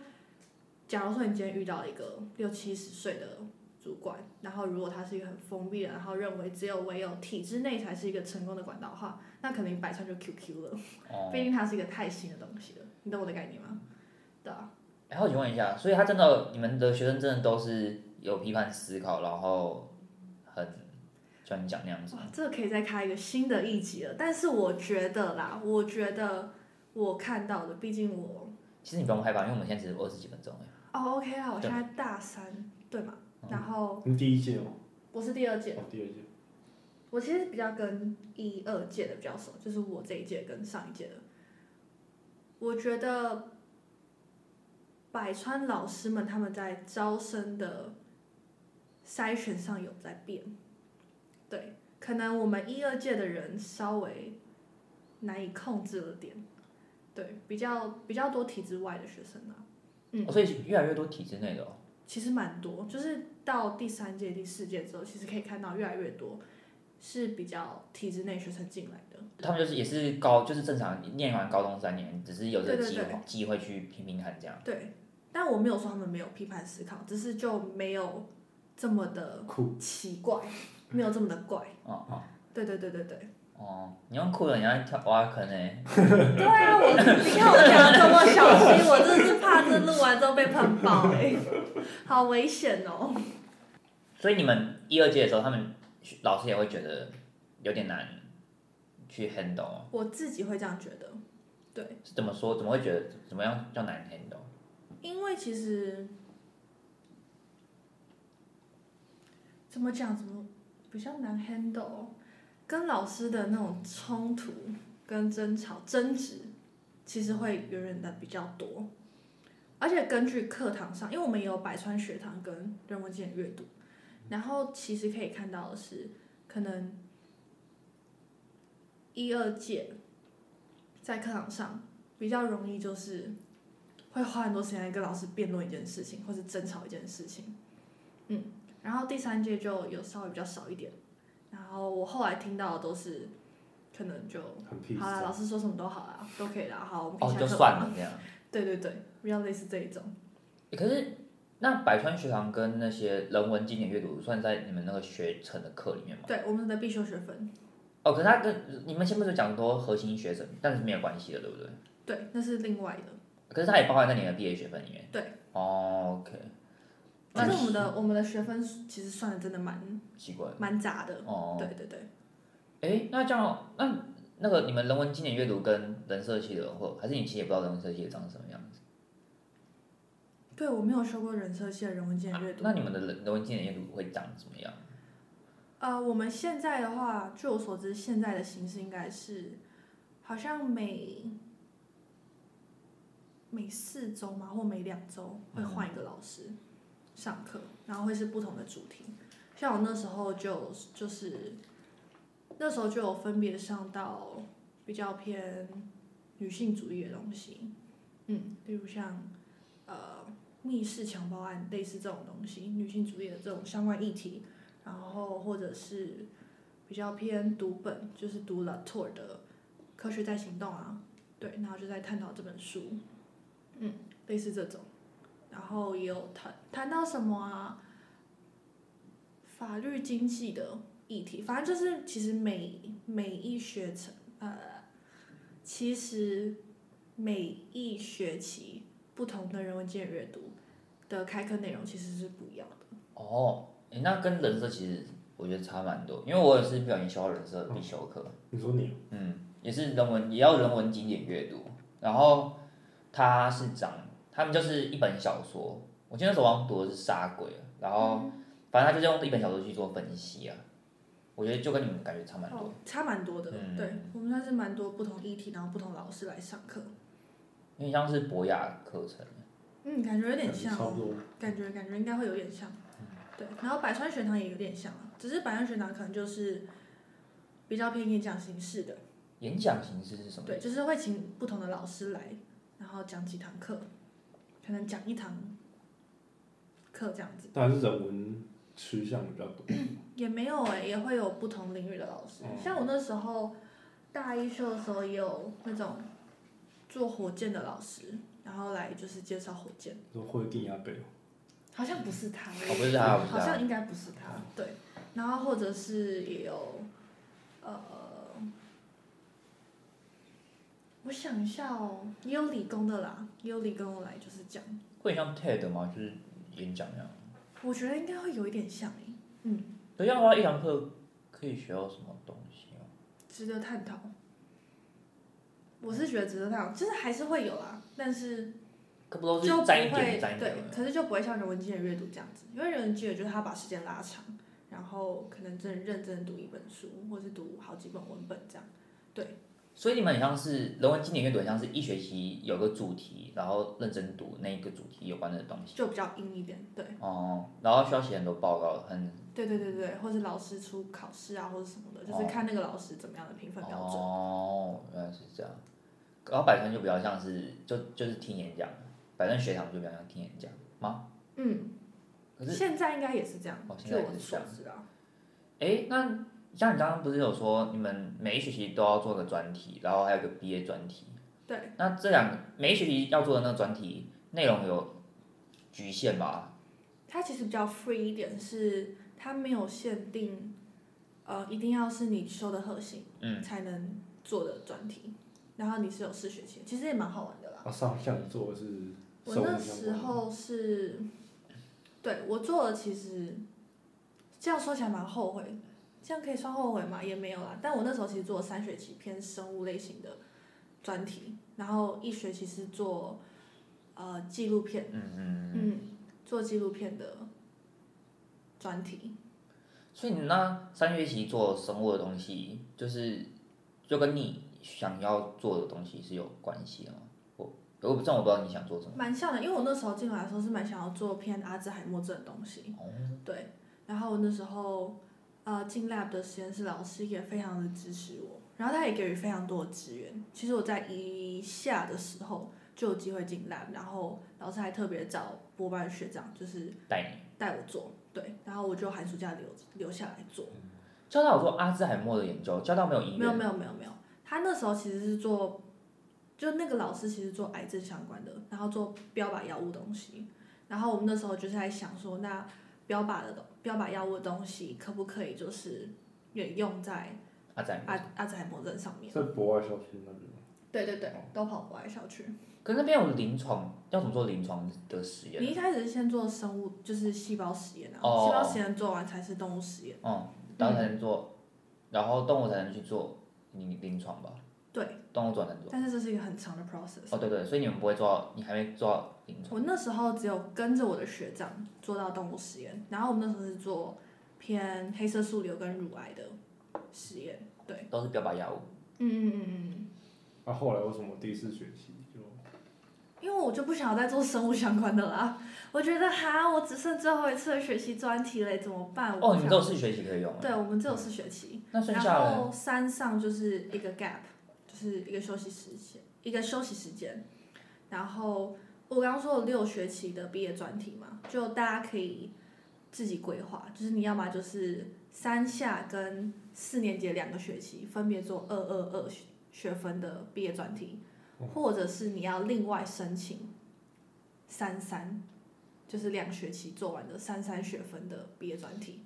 [SPEAKER 1] 假如说你今天遇到一个六七十岁的主管，然后如果他是一个很封闭的，然后认为只有唯有体制内才是一个成功的管道的话，那可能百川就 QQ 了，
[SPEAKER 3] 哦。
[SPEAKER 1] 毕竟它是一个太新的东西了。你懂我的概念吗？对啊，
[SPEAKER 3] 然后我想哎问一下，所以他真的，你们的学生真的都是有批判思考，然后很像你讲那样子
[SPEAKER 1] 哇
[SPEAKER 3] 吗，
[SPEAKER 1] 这个可以再开一个新的一集了。但是我觉得啦，我觉得我看到的，毕竟我
[SPEAKER 3] 其实你不用害怕，因为我们现在只有二十几分钟哎。
[SPEAKER 1] 哦，OK 啦，我现
[SPEAKER 3] 对
[SPEAKER 1] 在大三，对嘛？然后
[SPEAKER 2] 你第一届吗？
[SPEAKER 1] 我是第二届，
[SPEAKER 2] 哦，第二届。
[SPEAKER 1] 我其实比较跟一二届的比较熟，就是我这一届跟上一届的。我觉得百川老师们他们在招生的筛选上有在变，对，可能我们一二届的人稍微难以控制了点，对，比较比较多体制外的学生啊。嗯
[SPEAKER 3] 哦所以越来越多体制内的哦。
[SPEAKER 1] 其实蛮多，就是到第三届、第四届之后，其实可以看到越来越多是比较体制内学生进来的。
[SPEAKER 3] 他们就是也是高，就是正常念完高中三年，只是有这个
[SPEAKER 1] 对对
[SPEAKER 3] 机会
[SPEAKER 1] 对
[SPEAKER 3] 机会去拼拼看这样。
[SPEAKER 1] 对，但我没有说他们没有批判思考，只是就没有这么的
[SPEAKER 2] 酷
[SPEAKER 1] 奇怪，没有这么的怪。
[SPEAKER 3] 哦哦
[SPEAKER 1] 对对对对对，
[SPEAKER 3] 哦，你用酷的，你要跳挖坑哎。
[SPEAKER 1] 对啊，我你看我讲的这么小心，我真的是怕这录完之后被喷爆哎、好危险哦。
[SPEAKER 3] 所以你们一二届的时候，他们学老师也会觉得有点难去 handle 哦
[SPEAKER 1] 我自己会这样觉得，对，
[SPEAKER 3] 是怎么说？怎么会觉得怎么样叫难 handle？
[SPEAKER 1] 因为其实怎么讲，怎么比较难 handle，跟老师的那种冲突、跟争吵、争执，其实会远远的比较多。而且根据课堂上，因为我们也有百川学堂跟人文经典阅读，然后其实可以看到的是，可能一二届在课堂上比较容易就是会花很多时间来跟老师辩论一件事情，或是争吵一件事情。嗯，然后第三届就有稍微比较少一点，然后我后来听到的都是，可能就
[SPEAKER 2] 很 peace
[SPEAKER 1] 好啦，
[SPEAKER 2] 这
[SPEAKER 1] 老
[SPEAKER 2] 样。
[SPEAKER 1] 师说什么都好啦，都可以啦，好，我们可以
[SPEAKER 3] 哦
[SPEAKER 1] 下，课
[SPEAKER 3] 就
[SPEAKER 1] 吧
[SPEAKER 3] 算了这样。
[SPEAKER 1] 对对对，比较类似这一种。
[SPEAKER 3] 欸可是那百川学堂跟那些人文经典阅读算在你们那个学程的课里面吗？
[SPEAKER 1] 对，我们的必修学分，
[SPEAKER 3] 哦，可是他跟你们前面是讲很多核心学程，但是没有关系的，对不对？
[SPEAKER 1] 对，那是另外的。
[SPEAKER 3] 可是它也包含在你的毕业学分里面。
[SPEAKER 1] 对。
[SPEAKER 3] 哦，OK，
[SPEAKER 1] 其
[SPEAKER 3] 那
[SPEAKER 1] 实我们的我们的学分其实算的真的蛮
[SPEAKER 3] 奇怪。
[SPEAKER 1] 蛮杂的。
[SPEAKER 3] 哦。
[SPEAKER 1] 对对对，
[SPEAKER 3] 哎，那这样，那那个你们人文经典阅读跟人社系的，或还是你其实也不知道人社系长什么样子？
[SPEAKER 1] 对我没有修过人社系的人文经典阅读。
[SPEAKER 3] 啊那你们的人人文经典阅读会长什么样？
[SPEAKER 1] 呃，我们现在的话，据我所知，现在的形式应该是好像每每四周嘛，或每两周会换一个老师上课，然后会是不同的主题。像我那时候就就是那时候就有分别上到比较偏女性主义的东西，嗯，例如像呃密室强暴案类似这种东西，女性主义的这种相关议题。然后或者是比较偏读本，就是读了 t o r 的《科学在行动》啊，对，然后就在探讨这本书，嗯，类似这种，然后也有谈谈到什么啊，法律经济的议题，反正就是其实每每一学程呃，其实每一学期不同的人文经典阅读的开课内容其实是不一样的。
[SPEAKER 3] 哦，诶那跟人社其实我觉得差蛮多，因为我也是不小心修到人设必修课，
[SPEAKER 2] 你说你啊
[SPEAKER 3] 嗯，也是人文，也要人文经典阅读。然后它是讲，他们就是一本小说，我记得那时候好像读的是《杀鬼》，啊然后
[SPEAKER 1] 嗯
[SPEAKER 3] 反正他就是用一本小说去做分析啊。我觉得就跟你们感觉差蛮多。
[SPEAKER 1] 哦，差蛮多的，
[SPEAKER 3] 嗯
[SPEAKER 1] 对我们算是蛮多不同议题，然后不同老师来上课，
[SPEAKER 3] 因为像是博雅课程，
[SPEAKER 1] 嗯，感觉有点像
[SPEAKER 2] 差
[SPEAKER 1] 哦
[SPEAKER 2] 不，多，
[SPEAKER 1] 感觉感觉应该会有点像，对，然后百川学堂也有点像啊，只是百川学堂可能就是比较偏演讲形式的，
[SPEAKER 3] 演讲形式是什么？
[SPEAKER 1] 对，就是会请不同的老师来，然后讲几堂课，可能讲一堂课这样子，
[SPEAKER 2] 但还是人文趋向比较多。
[SPEAKER 1] 也没有哎、也会有不同领域的老师。
[SPEAKER 2] 嗯
[SPEAKER 1] 像我那时候大一修的时候，也有那种做火箭的老师，然后来就是介绍火箭，
[SPEAKER 2] 你说会定亚北哦，
[SPEAKER 1] 好像不是他，
[SPEAKER 3] 哦，不是他，不
[SPEAKER 1] 好
[SPEAKER 3] 是他
[SPEAKER 1] 像，应该不是他，对。然后或者是也有，呃，我想一下哦，也有理工的啦，也有理工的来就是讲，
[SPEAKER 3] 会像 TED 吗？就是演讲那样。
[SPEAKER 1] 我觉得应该会有一点像诶、
[SPEAKER 3] 这样的话，一堂课可以学到什么东西啊？
[SPEAKER 1] 值得探讨。我是觉得值得探讨，就是还是会有啦，但是
[SPEAKER 3] 可不都
[SPEAKER 1] 就不
[SPEAKER 3] 是沾一
[SPEAKER 1] 会
[SPEAKER 3] 点沾一
[SPEAKER 1] 对
[SPEAKER 3] 点的，
[SPEAKER 1] 可是就不会像人文经典阅读这样子，因为人文经典就是他把时间拉长，然后可能真的认真地读一本书，或是读好几本文本这样。
[SPEAKER 3] 所以你们很像是人文经典阅读，很像是一学期有个主题，然后认真读那个主题有关的东西。
[SPEAKER 1] 就比较硬一点，对，
[SPEAKER 3] 哦、然后需要写很多报告，很
[SPEAKER 1] 对对对对，或是老师出考试啊，或者什么的，就是
[SPEAKER 3] 哦
[SPEAKER 1] 看那个老师怎么样的评分标准。
[SPEAKER 3] 哦，原来是这样。然后百川就比较像是就就是听演讲，百川学堂就比较像听演讲吗？
[SPEAKER 1] 嗯，
[SPEAKER 3] 哦可是
[SPEAKER 1] 现在应该也是这样，
[SPEAKER 3] 哦现
[SPEAKER 1] 据
[SPEAKER 3] 在也
[SPEAKER 1] 我
[SPEAKER 3] 是
[SPEAKER 1] 所
[SPEAKER 3] 这样
[SPEAKER 1] 知啊。
[SPEAKER 3] 诶，那像你刚刚不是有说你们每一学期都要做个专题，然后还有个毕业专题。
[SPEAKER 1] 对，
[SPEAKER 3] 那这两个每一学期要做的那个专题内容有局限吧？
[SPEAKER 1] 它其实比较 free 一点，是它没有限定，呃，一定要是你修的核心
[SPEAKER 3] 嗯，
[SPEAKER 1] 才能做的专题，然后你是有试学期，其实也蛮好玩的啦。
[SPEAKER 2] 啊，上向做的是
[SPEAKER 1] 我
[SPEAKER 2] 受
[SPEAKER 1] 那
[SPEAKER 2] 影响
[SPEAKER 1] 时
[SPEAKER 2] 吗
[SPEAKER 1] 候是，对我做了，其实这样说起来蛮后悔，这样可以算后悔吗？也没有啦。但我那时候其实做了三学期偏生物类型的专题，然后一学期是做呃纪录片，
[SPEAKER 3] 嗯嗯嗯。
[SPEAKER 1] 嗯，做纪录片的专题。
[SPEAKER 3] 所以你那三学期做生物的东西，就是就跟你想要做的东西是有关系的吗？我我不知道，我不知道你想做什么。
[SPEAKER 1] 蛮像的，因为我那时候进来的时候是蛮想要做偏阿兹海默症的东西，
[SPEAKER 3] 哦
[SPEAKER 1] 对。然后我那时候呃进 lab 的实验室老师也非常的支持我，然后他也给予非常多的资源。其实我在一下的时候就有机会进 lab，然后老师还特别找博班学长就是
[SPEAKER 3] 带你。
[SPEAKER 1] 带我做，对。然后我就寒暑假留留下来做，
[SPEAKER 3] 交大有做阿兹海默的研究，交大没有医
[SPEAKER 1] 没有
[SPEAKER 3] 院，
[SPEAKER 1] 没有没有没有，他那时候其实是做，就那个老师其实做癌症相关的，然后做标靶药物东西，然后我们那时候就是在想说，那标靶的东标靶药物的东西可不可以就是也用在
[SPEAKER 3] 阿兹海默
[SPEAKER 1] 阿。阿兹海默症上面？
[SPEAKER 2] 在国外校区那边吗，
[SPEAKER 1] 对对
[SPEAKER 3] 哦
[SPEAKER 1] 对，都跑国外校区。
[SPEAKER 3] 可是那边有临床，要怎么做临床的实
[SPEAKER 1] 你
[SPEAKER 3] 验？
[SPEAKER 1] 一开始是先做生物，就是细胞实验啊，
[SPEAKER 3] 哦
[SPEAKER 1] 细胞实验做完才是动物实验。
[SPEAKER 3] 嗯，然后才能做，然后动物才能去做临临床吧？
[SPEAKER 1] 嗯对，
[SPEAKER 3] 动物转能做。
[SPEAKER 1] 但是这是一个很长的 process。
[SPEAKER 3] 哦，对对，所以你们不会做到，你还没做到临床。
[SPEAKER 1] 我那时候只有跟着我的学长做到动物实验，然后我们那时候是做偏黑色素瘤跟乳癌的实验。对，
[SPEAKER 3] 都是标靶药物。
[SPEAKER 1] 嗯嗯嗯嗯，
[SPEAKER 2] 那、啊后来为什么第四学期就
[SPEAKER 1] 因为我就不想要再做生物相关的啦，我觉得哈，我只剩最后一次的学习专题嘞，怎么办？我
[SPEAKER 3] 哦，
[SPEAKER 1] 不
[SPEAKER 3] 你们
[SPEAKER 1] 想
[SPEAKER 3] 都有四学期可以用啊。
[SPEAKER 1] 对，我们只有四学期，
[SPEAKER 3] 那剩
[SPEAKER 1] 然
[SPEAKER 3] 下的
[SPEAKER 1] 后三上就是一个 gap，就是一个休息时间，一个休息时间。然后我刚刚说有六学期的毕业专题嘛，就大家可以自己规划，就是你要么就是三下跟四年级的两个学期分别做二二二学分的毕业专题，
[SPEAKER 3] 哦
[SPEAKER 1] 或者是你要另外申请三三，就是两学期做完的三三学分的毕业专题，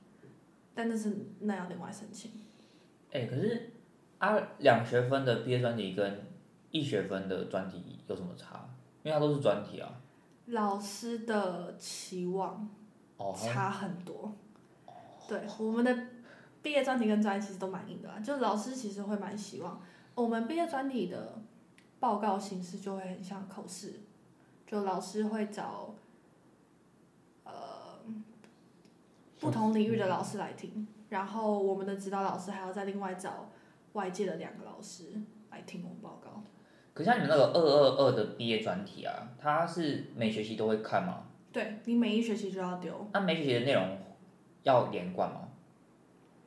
[SPEAKER 1] 但那是那要另外申请。
[SPEAKER 3] 哎、可是啊，两学分的毕业专题跟一学分的专题有什么差？因为它都是专题啊。
[SPEAKER 1] 老师的期望
[SPEAKER 3] 哦，
[SPEAKER 1] 差很多。对，我们的毕业专题跟专业其实都蛮硬的啦，就是老师其实会蛮希望我们毕业专题的报告形式就会很像口试，就老师会找呃不同领域的老师来听，然后我们的指导老师还要再另外找外界的两个老师来听我们报告。
[SPEAKER 3] 可像你们那个二二二的毕业专题啊，它是每学期都会看吗？
[SPEAKER 1] 对你每一学期就要丢，
[SPEAKER 3] 那每学期的内容要连贯吗？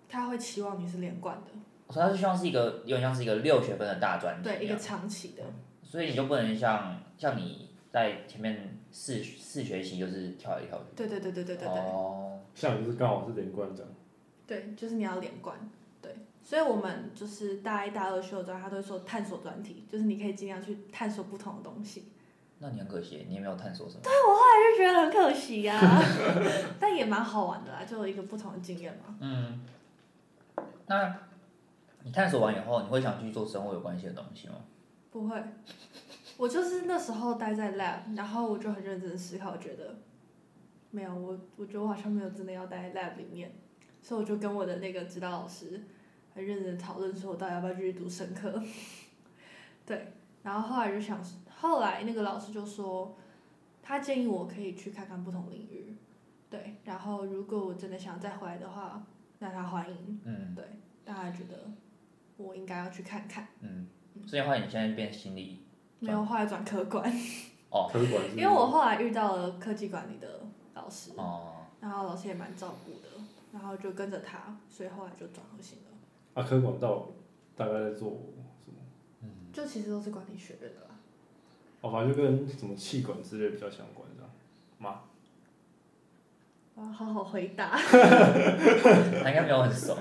[SPEAKER 1] 他会期望你是连贯的，
[SPEAKER 3] 我说它是希望是一个有点像是一个六学分的大专题、啊，
[SPEAKER 1] 对一个长期的。
[SPEAKER 3] 所以你就不能像像你在前面四四学期就是跳来跳去。
[SPEAKER 1] 对对对对对对对、
[SPEAKER 3] 哦，
[SPEAKER 2] 像你是刚好是连贯这样，
[SPEAKER 1] 对，就是你要连贯。对，所以我们就是大一大二修的专，他都会说探索专题，就是你可以尽量去探索不同的东西。
[SPEAKER 3] 那你很可惜，你也没有探索什么。
[SPEAKER 1] 但是觉得很可惜呀、啊， 但也蛮好玩的啦，就有一个不同的经验嘛。
[SPEAKER 3] 嗯，那你探索完以后，你会想去做生活有关系的东西吗？
[SPEAKER 1] 不会， 我就是那时候待在 lab，然后我就很认真地思考，觉得没有我，我觉得我好像没有真的要待在 lab 里面，所以我就跟我的那个指导老师很认真地讨论，说我到底要不要继续读生科。 对，然后后来就想，后来那个老师就说，他建议我可以去看看不同领域，对，然后如果我真的想再回来的话，那他欢迎，
[SPEAKER 3] 嗯
[SPEAKER 1] 对，但他觉得我应该要去看看，
[SPEAKER 3] 嗯，所以的话你现在变心理
[SPEAKER 1] 没有后来转科管。
[SPEAKER 3] 哦
[SPEAKER 2] 科管是
[SPEAKER 1] 因为我后来遇到了科技管理的老师，
[SPEAKER 3] 哦，
[SPEAKER 1] 然后老师也蛮照顾的，然后就跟着他，所以后来就转核心了。
[SPEAKER 2] 啊科管到大概在做什么？
[SPEAKER 1] 嗯就其实都是管理学院的啦，
[SPEAKER 2] 哦，反正就跟什么气管之类比较相关这样吗？
[SPEAKER 1] 我要好好回答。
[SPEAKER 3] 他应该没有很熟。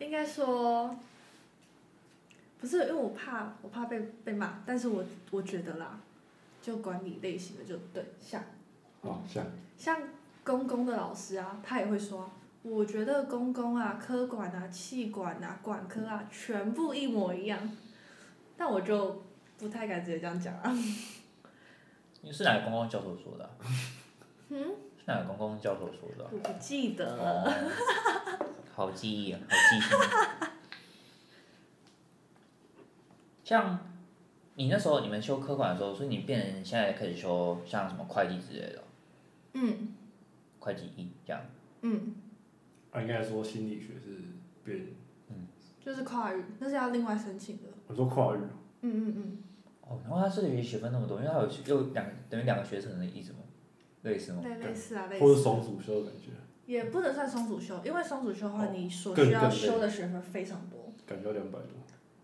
[SPEAKER 1] 应该说，不是因为我怕我怕被被骂，但是我我觉得啦，就管理类型的就对，像
[SPEAKER 2] 哦，
[SPEAKER 3] 啊
[SPEAKER 2] 像
[SPEAKER 1] 像公公的老师啊，他也会说啊。我觉得公公啊、科管啊、气管啊、管科啊，全部一模一样，但我就不太敢直接这样讲啊。
[SPEAKER 3] 你是哪个公共教授说的、嗯，是哪个公共教授说的、啊？
[SPEAKER 1] 我不记得了。
[SPEAKER 3] 哦，好记忆啊，好记性。 像你那时候你们修科管的时候，所以你变成现在开始修像什么会计之类的，
[SPEAKER 1] 嗯
[SPEAKER 3] 会计一这样。
[SPEAKER 1] 嗯，
[SPEAKER 2] 啊，应该说心理学是别人，
[SPEAKER 1] 就是跨域，那是要另外申请的。
[SPEAKER 2] 我说跨域，
[SPEAKER 1] 嗯嗯嗯
[SPEAKER 3] 哦，然后他这个学期学分那么多，因为他有又两等于两个学程的意思吗？类似，吗？
[SPEAKER 1] 类类似啊，类
[SPEAKER 2] 哦或是
[SPEAKER 1] 似。
[SPEAKER 2] 双主修的感觉，
[SPEAKER 1] 也不能算双主修，因为双主修的话，
[SPEAKER 2] 哦
[SPEAKER 1] 你所
[SPEAKER 2] 更
[SPEAKER 1] 需要
[SPEAKER 2] 更
[SPEAKER 1] 修的学分非常多。
[SPEAKER 2] 感觉两百多。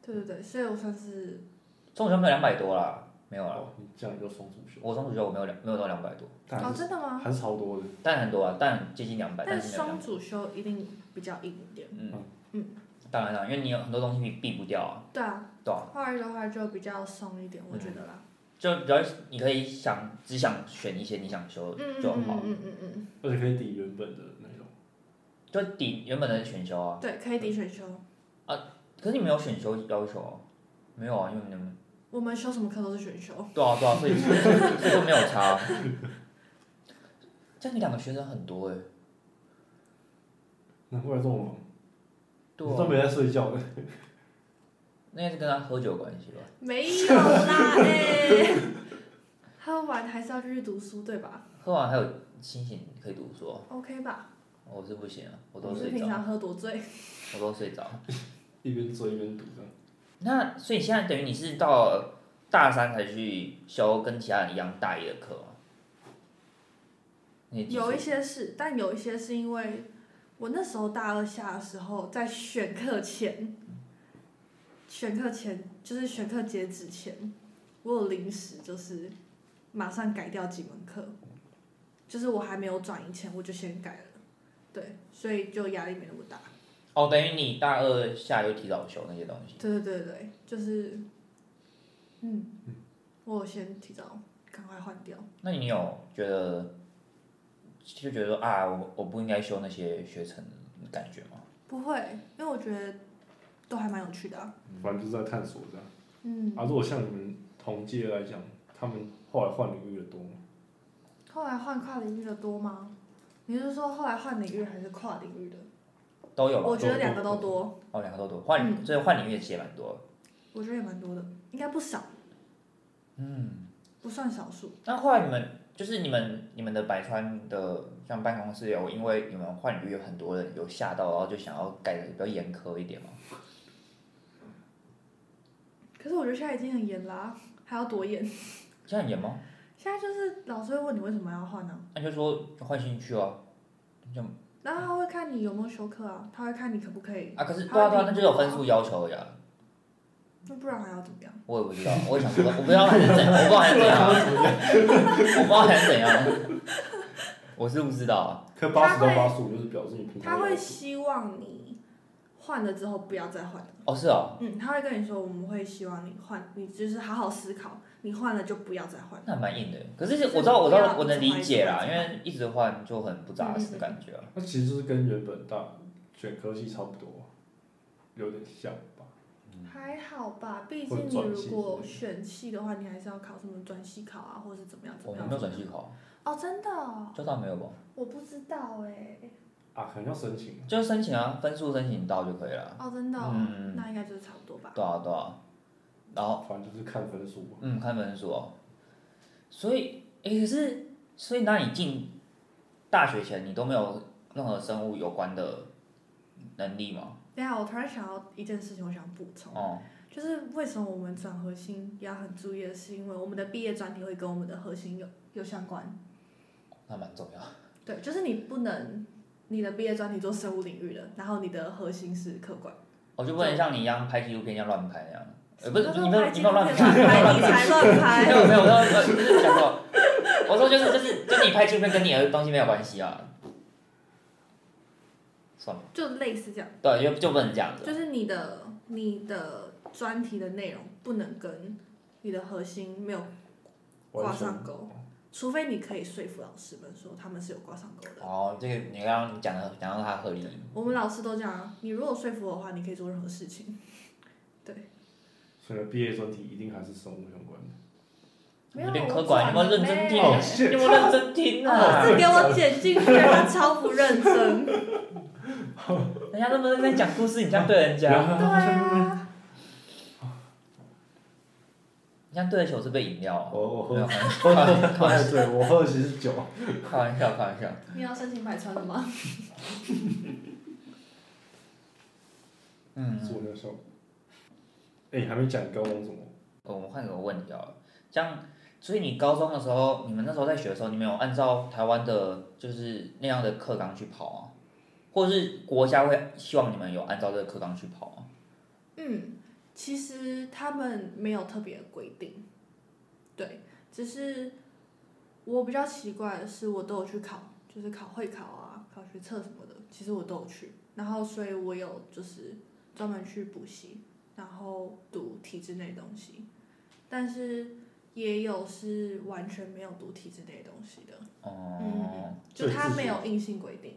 [SPEAKER 1] 对对对，所以我算是
[SPEAKER 3] 中午修没有两百多啦，没有啊啦。
[SPEAKER 2] 哦，你这样叫双主修，
[SPEAKER 3] 我中午修我没有两没有到两百多，
[SPEAKER 2] 但
[SPEAKER 1] 哦，
[SPEAKER 2] 还是
[SPEAKER 1] 真的吗？
[SPEAKER 2] 还是超多的。
[SPEAKER 3] 但很多啊，但接近两百，
[SPEAKER 1] 但
[SPEAKER 3] 是没有两
[SPEAKER 1] 双
[SPEAKER 3] 百。
[SPEAKER 1] 主修一定比较硬一点。
[SPEAKER 3] 当然啦，因为你有很多东西你避不掉啊，
[SPEAKER 1] 对啊，
[SPEAKER 3] 对吧、
[SPEAKER 1] 跨域的话就比较松一点，我觉得啦。
[SPEAKER 3] 就比较你可以想只想选一些你想修
[SPEAKER 1] 嗯嗯
[SPEAKER 3] 就
[SPEAKER 1] 嗯
[SPEAKER 3] 好，
[SPEAKER 1] 嗯嗯嗯
[SPEAKER 2] 而且可以抵原本的那种。
[SPEAKER 3] 就抵原本的选修啊。
[SPEAKER 1] 嗯，对，可以抵选修。
[SPEAKER 3] 可是你没有选修要求啊，没有啊，因为你 们
[SPEAKER 1] 我们修什么课都是选修。
[SPEAKER 3] 对啊对啊，所以所以就没有差啊、这样你两个学生很多哎、
[SPEAKER 2] 难怪这么忙，
[SPEAKER 3] 对
[SPEAKER 2] 我都
[SPEAKER 3] 啊，
[SPEAKER 2] 没在睡觉的。
[SPEAKER 3] 那应该是跟他喝酒有关系吧？
[SPEAKER 1] 没有啦，哎、 喝完还是要继续读书，对吧
[SPEAKER 3] 喝完还有清醒可以读书啊、
[SPEAKER 1] ？OK 吧？
[SPEAKER 3] 我是不行啊，我都
[SPEAKER 1] 你是
[SPEAKER 3] 睡
[SPEAKER 1] 平
[SPEAKER 3] 着，
[SPEAKER 1] 常喝多醉？
[SPEAKER 3] 我都睡着。
[SPEAKER 2] 一边做一边读这样。
[SPEAKER 3] 那所以现在等于你是到大三才去修跟其他人一样大一的课吗？你几岁
[SPEAKER 1] 有一些是，但有一些是因为我那时候大二下的时候，在选课前，选课前就是选课截止前，我有临时就是马上改掉几门课，就是我还没有转移前我就先改了，对，所以就压力没那么大。
[SPEAKER 3] 哦，等于你大二下就提早修那些东西。
[SPEAKER 1] 对对对对，就是，嗯，我有先提早赶快换掉。
[SPEAKER 3] 那你有觉得就觉得说啊，我我不应该修那些学程的感觉吗？
[SPEAKER 1] 不会，因为我觉得都还蛮有趣的、啊。
[SPEAKER 3] 嗯
[SPEAKER 2] 反正就是在探索这样。
[SPEAKER 1] 嗯，
[SPEAKER 2] 啊，如果像你们同届来讲，他们后来换领域的多吗？
[SPEAKER 1] 后来换跨领域的多吗？你是说后来换领域还是跨领域的？
[SPEAKER 3] 都有吧？
[SPEAKER 1] 我觉得
[SPEAKER 3] 多
[SPEAKER 1] 两啊个都。
[SPEAKER 3] 多
[SPEAKER 1] 多，
[SPEAKER 3] 哦，两个都多，换
[SPEAKER 1] 嗯
[SPEAKER 3] 领、所以换领域其实也蛮多的。
[SPEAKER 1] 我觉得也蛮多的，应该不少。嗯，不算少数。
[SPEAKER 3] 那后来你们就是你们你们的百川的像办公室有，因为你们换领域有很多人有吓到，然后就想要改的比较严苛一点嘛。
[SPEAKER 1] 可是我觉得现在已经很严啦、还要多严？
[SPEAKER 3] 这样严吗？
[SPEAKER 1] 现在就是老师会问你为什么要换呢、
[SPEAKER 3] 那就说就换新区哦。
[SPEAKER 1] 然后他会看你有没有修课啊，他会看你可不可以，
[SPEAKER 3] 啊，可是
[SPEAKER 1] 他
[SPEAKER 3] 对啊
[SPEAKER 1] 会
[SPEAKER 3] 对啊，
[SPEAKER 1] 评
[SPEAKER 3] 那就
[SPEAKER 1] 估
[SPEAKER 3] 有分
[SPEAKER 1] 啊
[SPEAKER 3] 数要求呀。
[SPEAKER 1] 那不然还要怎么样？
[SPEAKER 3] 我也不知道， 我也想不到，我不知道他是怎，我不知道他是怎样，我不知道他是怎样，我是不知道啊。
[SPEAKER 2] 可八十到
[SPEAKER 1] 他
[SPEAKER 2] 八
[SPEAKER 1] 会
[SPEAKER 2] 十五就是表示你平
[SPEAKER 1] 他
[SPEAKER 2] 常
[SPEAKER 1] 会
[SPEAKER 2] 有
[SPEAKER 1] 希望你换了之后不要再换。
[SPEAKER 3] 哦，是哦，
[SPEAKER 1] 嗯，他会跟你说我们会希望你换，你就是好好思考，你换了就不要再换。
[SPEAKER 3] 那蛮硬的。可是我知道，我知
[SPEAKER 1] 不
[SPEAKER 3] 道，
[SPEAKER 1] 要
[SPEAKER 3] 我能理解啦，
[SPEAKER 1] 一
[SPEAKER 3] 因
[SPEAKER 1] 直换
[SPEAKER 3] 为一直换就很不扎实的感觉啊。
[SPEAKER 2] 那其实就是跟原本大选科系差不多，有点像吧。
[SPEAKER 3] 嗯
[SPEAKER 1] 还好吧，毕
[SPEAKER 2] 或者
[SPEAKER 1] 竟你
[SPEAKER 2] 转系
[SPEAKER 1] 如果
[SPEAKER 2] 之类的
[SPEAKER 1] 选系的话，你还是要考什么转系考啊，或者是怎么样怎
[SPEAKER 3] 我
[SPEAKER 1] 么样。
[SPEAKER 3] 们没有转系考，
[SPEAKER 1] 哦，真的哦、
[SPEAKER 3] 交大没有吧？
[SPEAKER 1] 我不知道哎、
[SPEAKER 2] 啊，可能要申请。
[SPEAKER 3] 就是申请啊，分数申请到就可以了。
[SPEAKER 1] 哦，真的、哦，
[SPEAKER 3] 嗯，
[SPEAKER 1] 那应该就是差不多吧。
[SPEAKER 3] 对啊对啊。然后
[SPEAKER 2] 反正就是看分数吧。
[SPEAKER 3] 嗯，看分数哦。所以，诶，可是，所以那你进大学前，你都没有任何生物有关的能力吗？
[SPEAKER 1] 等一下，我突然想到一件事情，我想补充，
[SPEAKER 3] 哦、
[SPEAKER 1] 就是为什么我们转核心要很注意的是，因为我们的毕业专题会跟我们的核心有有相关。
[SPEAKER 3] 那蛮重要。
[SPEAKER 1] 对，就是你不能你的毕业专题做生物领域的，然后你的核心是客观。
[SPEAKER 3] 我哦就不能像你一样拍纪录片一样乱拍那样。呃，不是，
[SPEAKER 1] 他
[SPEAKER 3] 你
[SPEAKER 1] 说
[SPEAKER 3] 没有，
[SPEAKER 1] 拍
[SPEAKER 3] 你
[SPEAKER 1] 纪
[SPEAKER 3] 没有
[SPEAKER 1] 录
[SPEAKER 3] 乱
[SPEAKER 1] 片
[SPEAKER 3] 拍，没
[SPEAKER 1] 乱
[SPEAKER 3] 有
[SPEAKER 1] 拍
[SPEAKER 3] 乱
[SPEAKER 1] 你
[SPEAKER 3] 拍。
[SPEAKER 1] 才 乱
[SPEAKER 3] 没
[SPEAKER 1] 拍。
[SPEAKER 3] 有没有，我说我就是讲说，我说就是就是就你拍纪录片跟你的东西没有关系啊。算了，
[SPEAKER 1] 就类似这样，
[SPEAKER 3] 对，就就不能这样子
[SPEAKER 1] 就。是你的你的专题的内容不能跟你的核心没有挂
[SPEAKER 2] 完全
[SPEAKER 1] 上钩，除非你可以说服老师们说他们是有挂上钩的。
[SPEAKER 3] 哦，这个你刚刚讲的讲到它合理，
[SPEAKER 1] 我们老师都讲啊，你如果说服我的话，你可以做任何事情。
[SPEAKER 2] 所以毕业专题一定还是生物相关的。
[SPEAKER 1] 没
[SPEAKER 3] 有
[SPEAKER 1] 有啊
[SPEAKER 3] 点客观，你有没有认真听？
[SPEAKER 1] 我
[SPEAKER 2] 哦
[SPEAKER 1] 转了
[SPEAKER 2] ，shit，
[SPEAKER 3] 你有 没有认真听
[SPEAKER 1] 老
[SPEAKER 3] 啊？
[SPEAKER 1] 师给我剪进去，他超不认真。 对
[SPEAKER 3] 人家那么认真讲故事，你这样对人家，
[SPEAKER 1] 啊，
[SPEAKER 3] 你这样对得起我这杯饮料哦。
[SPEAKER 2] 我我
[SPEAKER 3] 没有
[SPEAKER 2] 喝，
[SPEAKER 3] 开玩笑，
[SPEAKER 2] 我喝醉，我喝了其实酒。
[SPEAKER 3] 开玩笑，开玩笑。
[SPEAKER 1] 你要申请百川的吗？
[SPEAKER 3] 嗯，
[SPEAKER 2] 做那效果。哎，还没讲你高中怎么？
[SPEAKER 3] 哦我们换个问题好了，这样，所以你高中的时候，你们那时候在学的时候，你们有按照台湾的，就是那样的课纲去跑啊，或者是国家会希望你们有按照这个课纲去跑啊？
[SPEAKER 1] 嗯，其实他们没有特别的规定，对，只是我比较奇怪的是，我都有去考，就是考会考啊、考学测什么的，其实我都有去，然后所以我有就是专门去补习，然后读体制内的东西，但是也有是完全没有读体制内的东西的，
[SPEAKER 3] 哦、
[SPEAKER 1] 嗯
[SPEAKER 2] 所
[SPEAKER 1] 就
[SPEAKER 2] 以
[SPEAKER 1] 他
[SPEAKER 2] 自
[SPEAKER 1] 没
[SPEAKER 2] 学
[SPEAKER 1] 有硬性规定。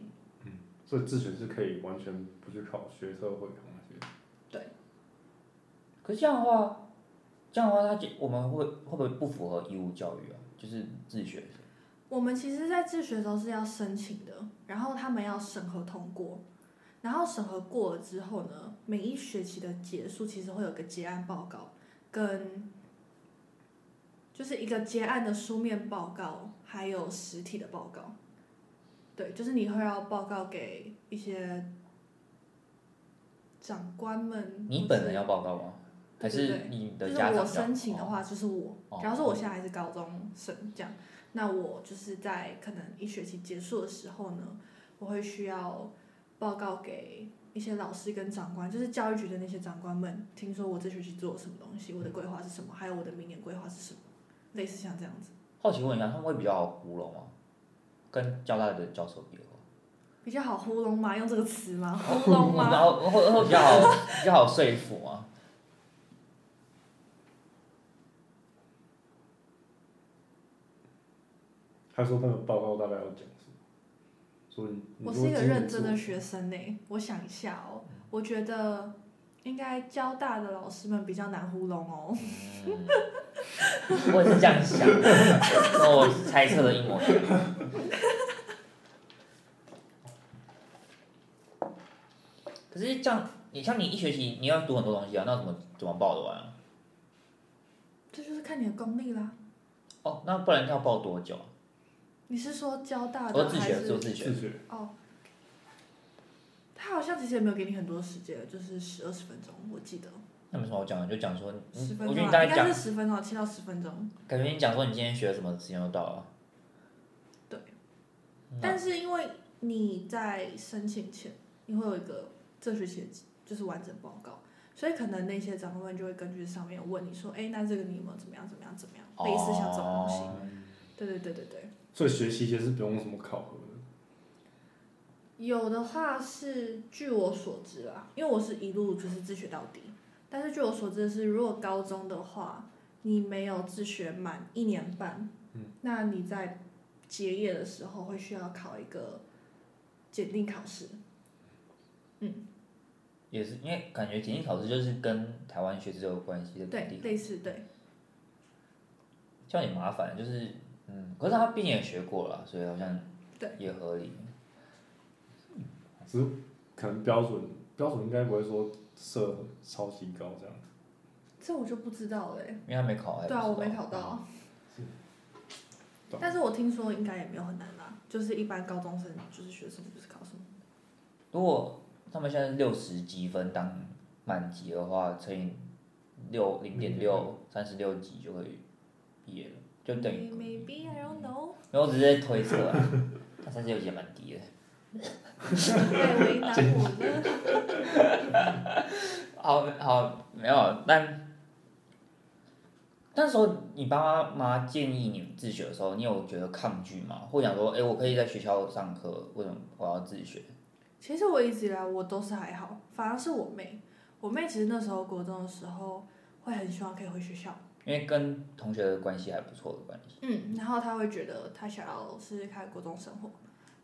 [SPEAKER 2] 所以自学是可以完全不去考学测会考那些。
[SPEAKER 3] 可是这样的话，这样的话，他就我们会会不会不符合义务教育啊？就是自学
[SPEAKER 1] 我们其实，在自学的时候是要申请的，然后他们要审核通过，然后审核过了之后呢，每一学期的结束其实会有个结案报告，跟就是一个结案的书面报告，还有实体的报告。对，就是你会要报告给一些长官们。
[SPEAKER 3] 你本人要报告吗？还
[SPEAKER 1] 对对
[SPEAKER 3] 是
[SPEAKER 1] 对
[SPEAKER 3] 你
[SPEAKER 1] 就
[SPEAKER 3] 的
[SPEAKER 1] 是
[SPEAKER 3] 家长
[SPEAKER 1] 我
[SPEAKER 3] 要？
[SPEAKER 1] 申请的话，就是我
[SPEAKER 3] 哦。
[SPEAKER 1] 假如说我现在还是高中生这样，那我就是在可能一学期结束的时候呢，我会需要报告给一些老师跟长官，就是教育局的那些长官们，听说我这学期做了什么东西，我
[SPEAKER 2] 嗯
[SPEAKER 1] 的规划是什么，还有我的明年规划是什么，类似像这样子，
[SPEAKER 3] 好奇问一下，他们会比较好糊弄吗？跟交大的教授比的话，
[SPEAKER 1] 比较好糊弄吗？用这个词 吗？糊弄
[SPEAKER 3] 然
[SPEAKER 1] 吗？
[SPEAKER 3] 后会 会比较好比较好说服啊吗？
[SPEAKER 2] 他说那个报告大概要讲什么？所以你
[SPEAKER 1] 我
[SPEAKER 2] 如
[SPEAKER 1] 是
[SPEAKER 2] 果
[SPEAKER 1] 一个
[SPEAKER 2] 今年
[SPEAKER 1] 认真的
[SPEAKER 2] 做嗯
[SPEAKER 1] 学生呢、我想一下哦，我觉得应该交大的老师们比较难糊弄哦。
[SPEAKER 3] 嗯， 我也是这样想，跟我猜测的一模一 样。这样，你像你一学期你要读很多东西啊，那怎么怎么报得完啊？
[SPEAKER 1] 这就是看你的功力啦。
[SPEAKER 3] 哦，那不然要报多久啊？
[SPEAKER 1] 你是说交大
[SPEAKER 3] 我
[SPEAKER 1] 的
[SPEAKER 3] 哦自
[SPEAKER 1] 还
[SPEAKER 3] 学，做
[SPEAKER 1] 是？
[SPEAKER 3] 自学
[SPEAKER 2] 自。学
[SPEAKER 1] 哦，他好像其实也没有给你很多时间，就是十二十分钟，我记得
[SPEAKER 3] 那没什么好讲的，就讲说，
[SPEAKER 1] 十
[SPEAKER 3] 嗯，
[SPEAKER 1] 分
[SPEAKER 3] 我
[SPEAKER 1] 钟
[SPEAKER 3] 觉得你
[SPEAKER 1] 啊，
[SPEAKER 3] 大
[SPEAKER 1] 应
[SPEAKER 3] 概
[SPEAKER 1] 该
[SPEAKER 3] 讲，
[SPEAKER 1] 是十分钟，七到十分钟。
[SPEAKER 3] 感觉你讲说你今天学了什么，时间就到了。
[SPEAKER 1] 对
[SPEAKER 3] 嗯啊。
[SPEAKER 1] 但是因为你在申请前，你会有一个这学期的就是完整报告，所以可能那些长官就会根据上面问你说，哎，那这个你有没有怎么样怎么样怎么样，类似像这种东西。
[SPEAKER 3] 哦
[SPEAKER 1] 对对对对对，
[SPEAKER 2] 所以学习其实是不用什么考核的，
[SPEAKER 1] 有的话是据我所知啦，因为我是一路就是自学到底，但是据我所知的是，如果高中的话，你没有自学满一年半，
[SPEAKER 2] 嗯
[SPEAKER 1] 那你在结业的时候会需要考一个检定考试，
[SPEAKER 3] 也是因为感觉简历考试就是跟台湾学制有关系的
[SPEAKER 1] 对
[SPEAKER 3] 比，例，
[SPEAKER 1] 类似对，
[SPEAKER 3] 这样也麻烦，就是嗯，可是他毕竟也学过了，所以好像
[SPEAKER 1] 对
[SPEAKER 3] 也合理。
[SPEAKER 2] 只是可能标准标准应该不会说设超级高这样。
[SPEAKER 1] 这我就不知道嘞、
[SPEAKER 3] 因为他没考，哦还不
[SPEAKER 1] 对啊，
[SPEAKER 3] 知
[SPEAKER 1] 我没
[SPEAKER 3] 道
[SPEAKER 1] 考到
[SPEAKER 2] 是懂，
[SPEAKER 1] 但是我听说应该也没有很难啦，就是一般高中生就是学什么就是考什么，
[SPEAKER 3] 如果他们现在六十积分当满级的话，乘以六零点六三十六级就会毕业了，就等于
[SPEAKER 1] maybe I don't know。
[SPEAKER 3] 没有我只是在推测 啊，但三十六级也蛮低的。
[SPEAKER 1] 对，为难我了。
[SPEAKER 3] 好好没有，但那时候你爸妈建议你自学的时候，你有觉得抗拒吗？或想说，哎、我可以在学校上课，为什么我要自学？
[SPEAKER 1] 其实我一直以来我都是还好，反而是我妹，我妹其实那时候国中的时候会很希望可以回学校，
[SPEAKER 3] 因为跟同学的关系还不错的关系。
[SPEAKER 1] 嗯，然后她会觉得她想要试试看国中生活，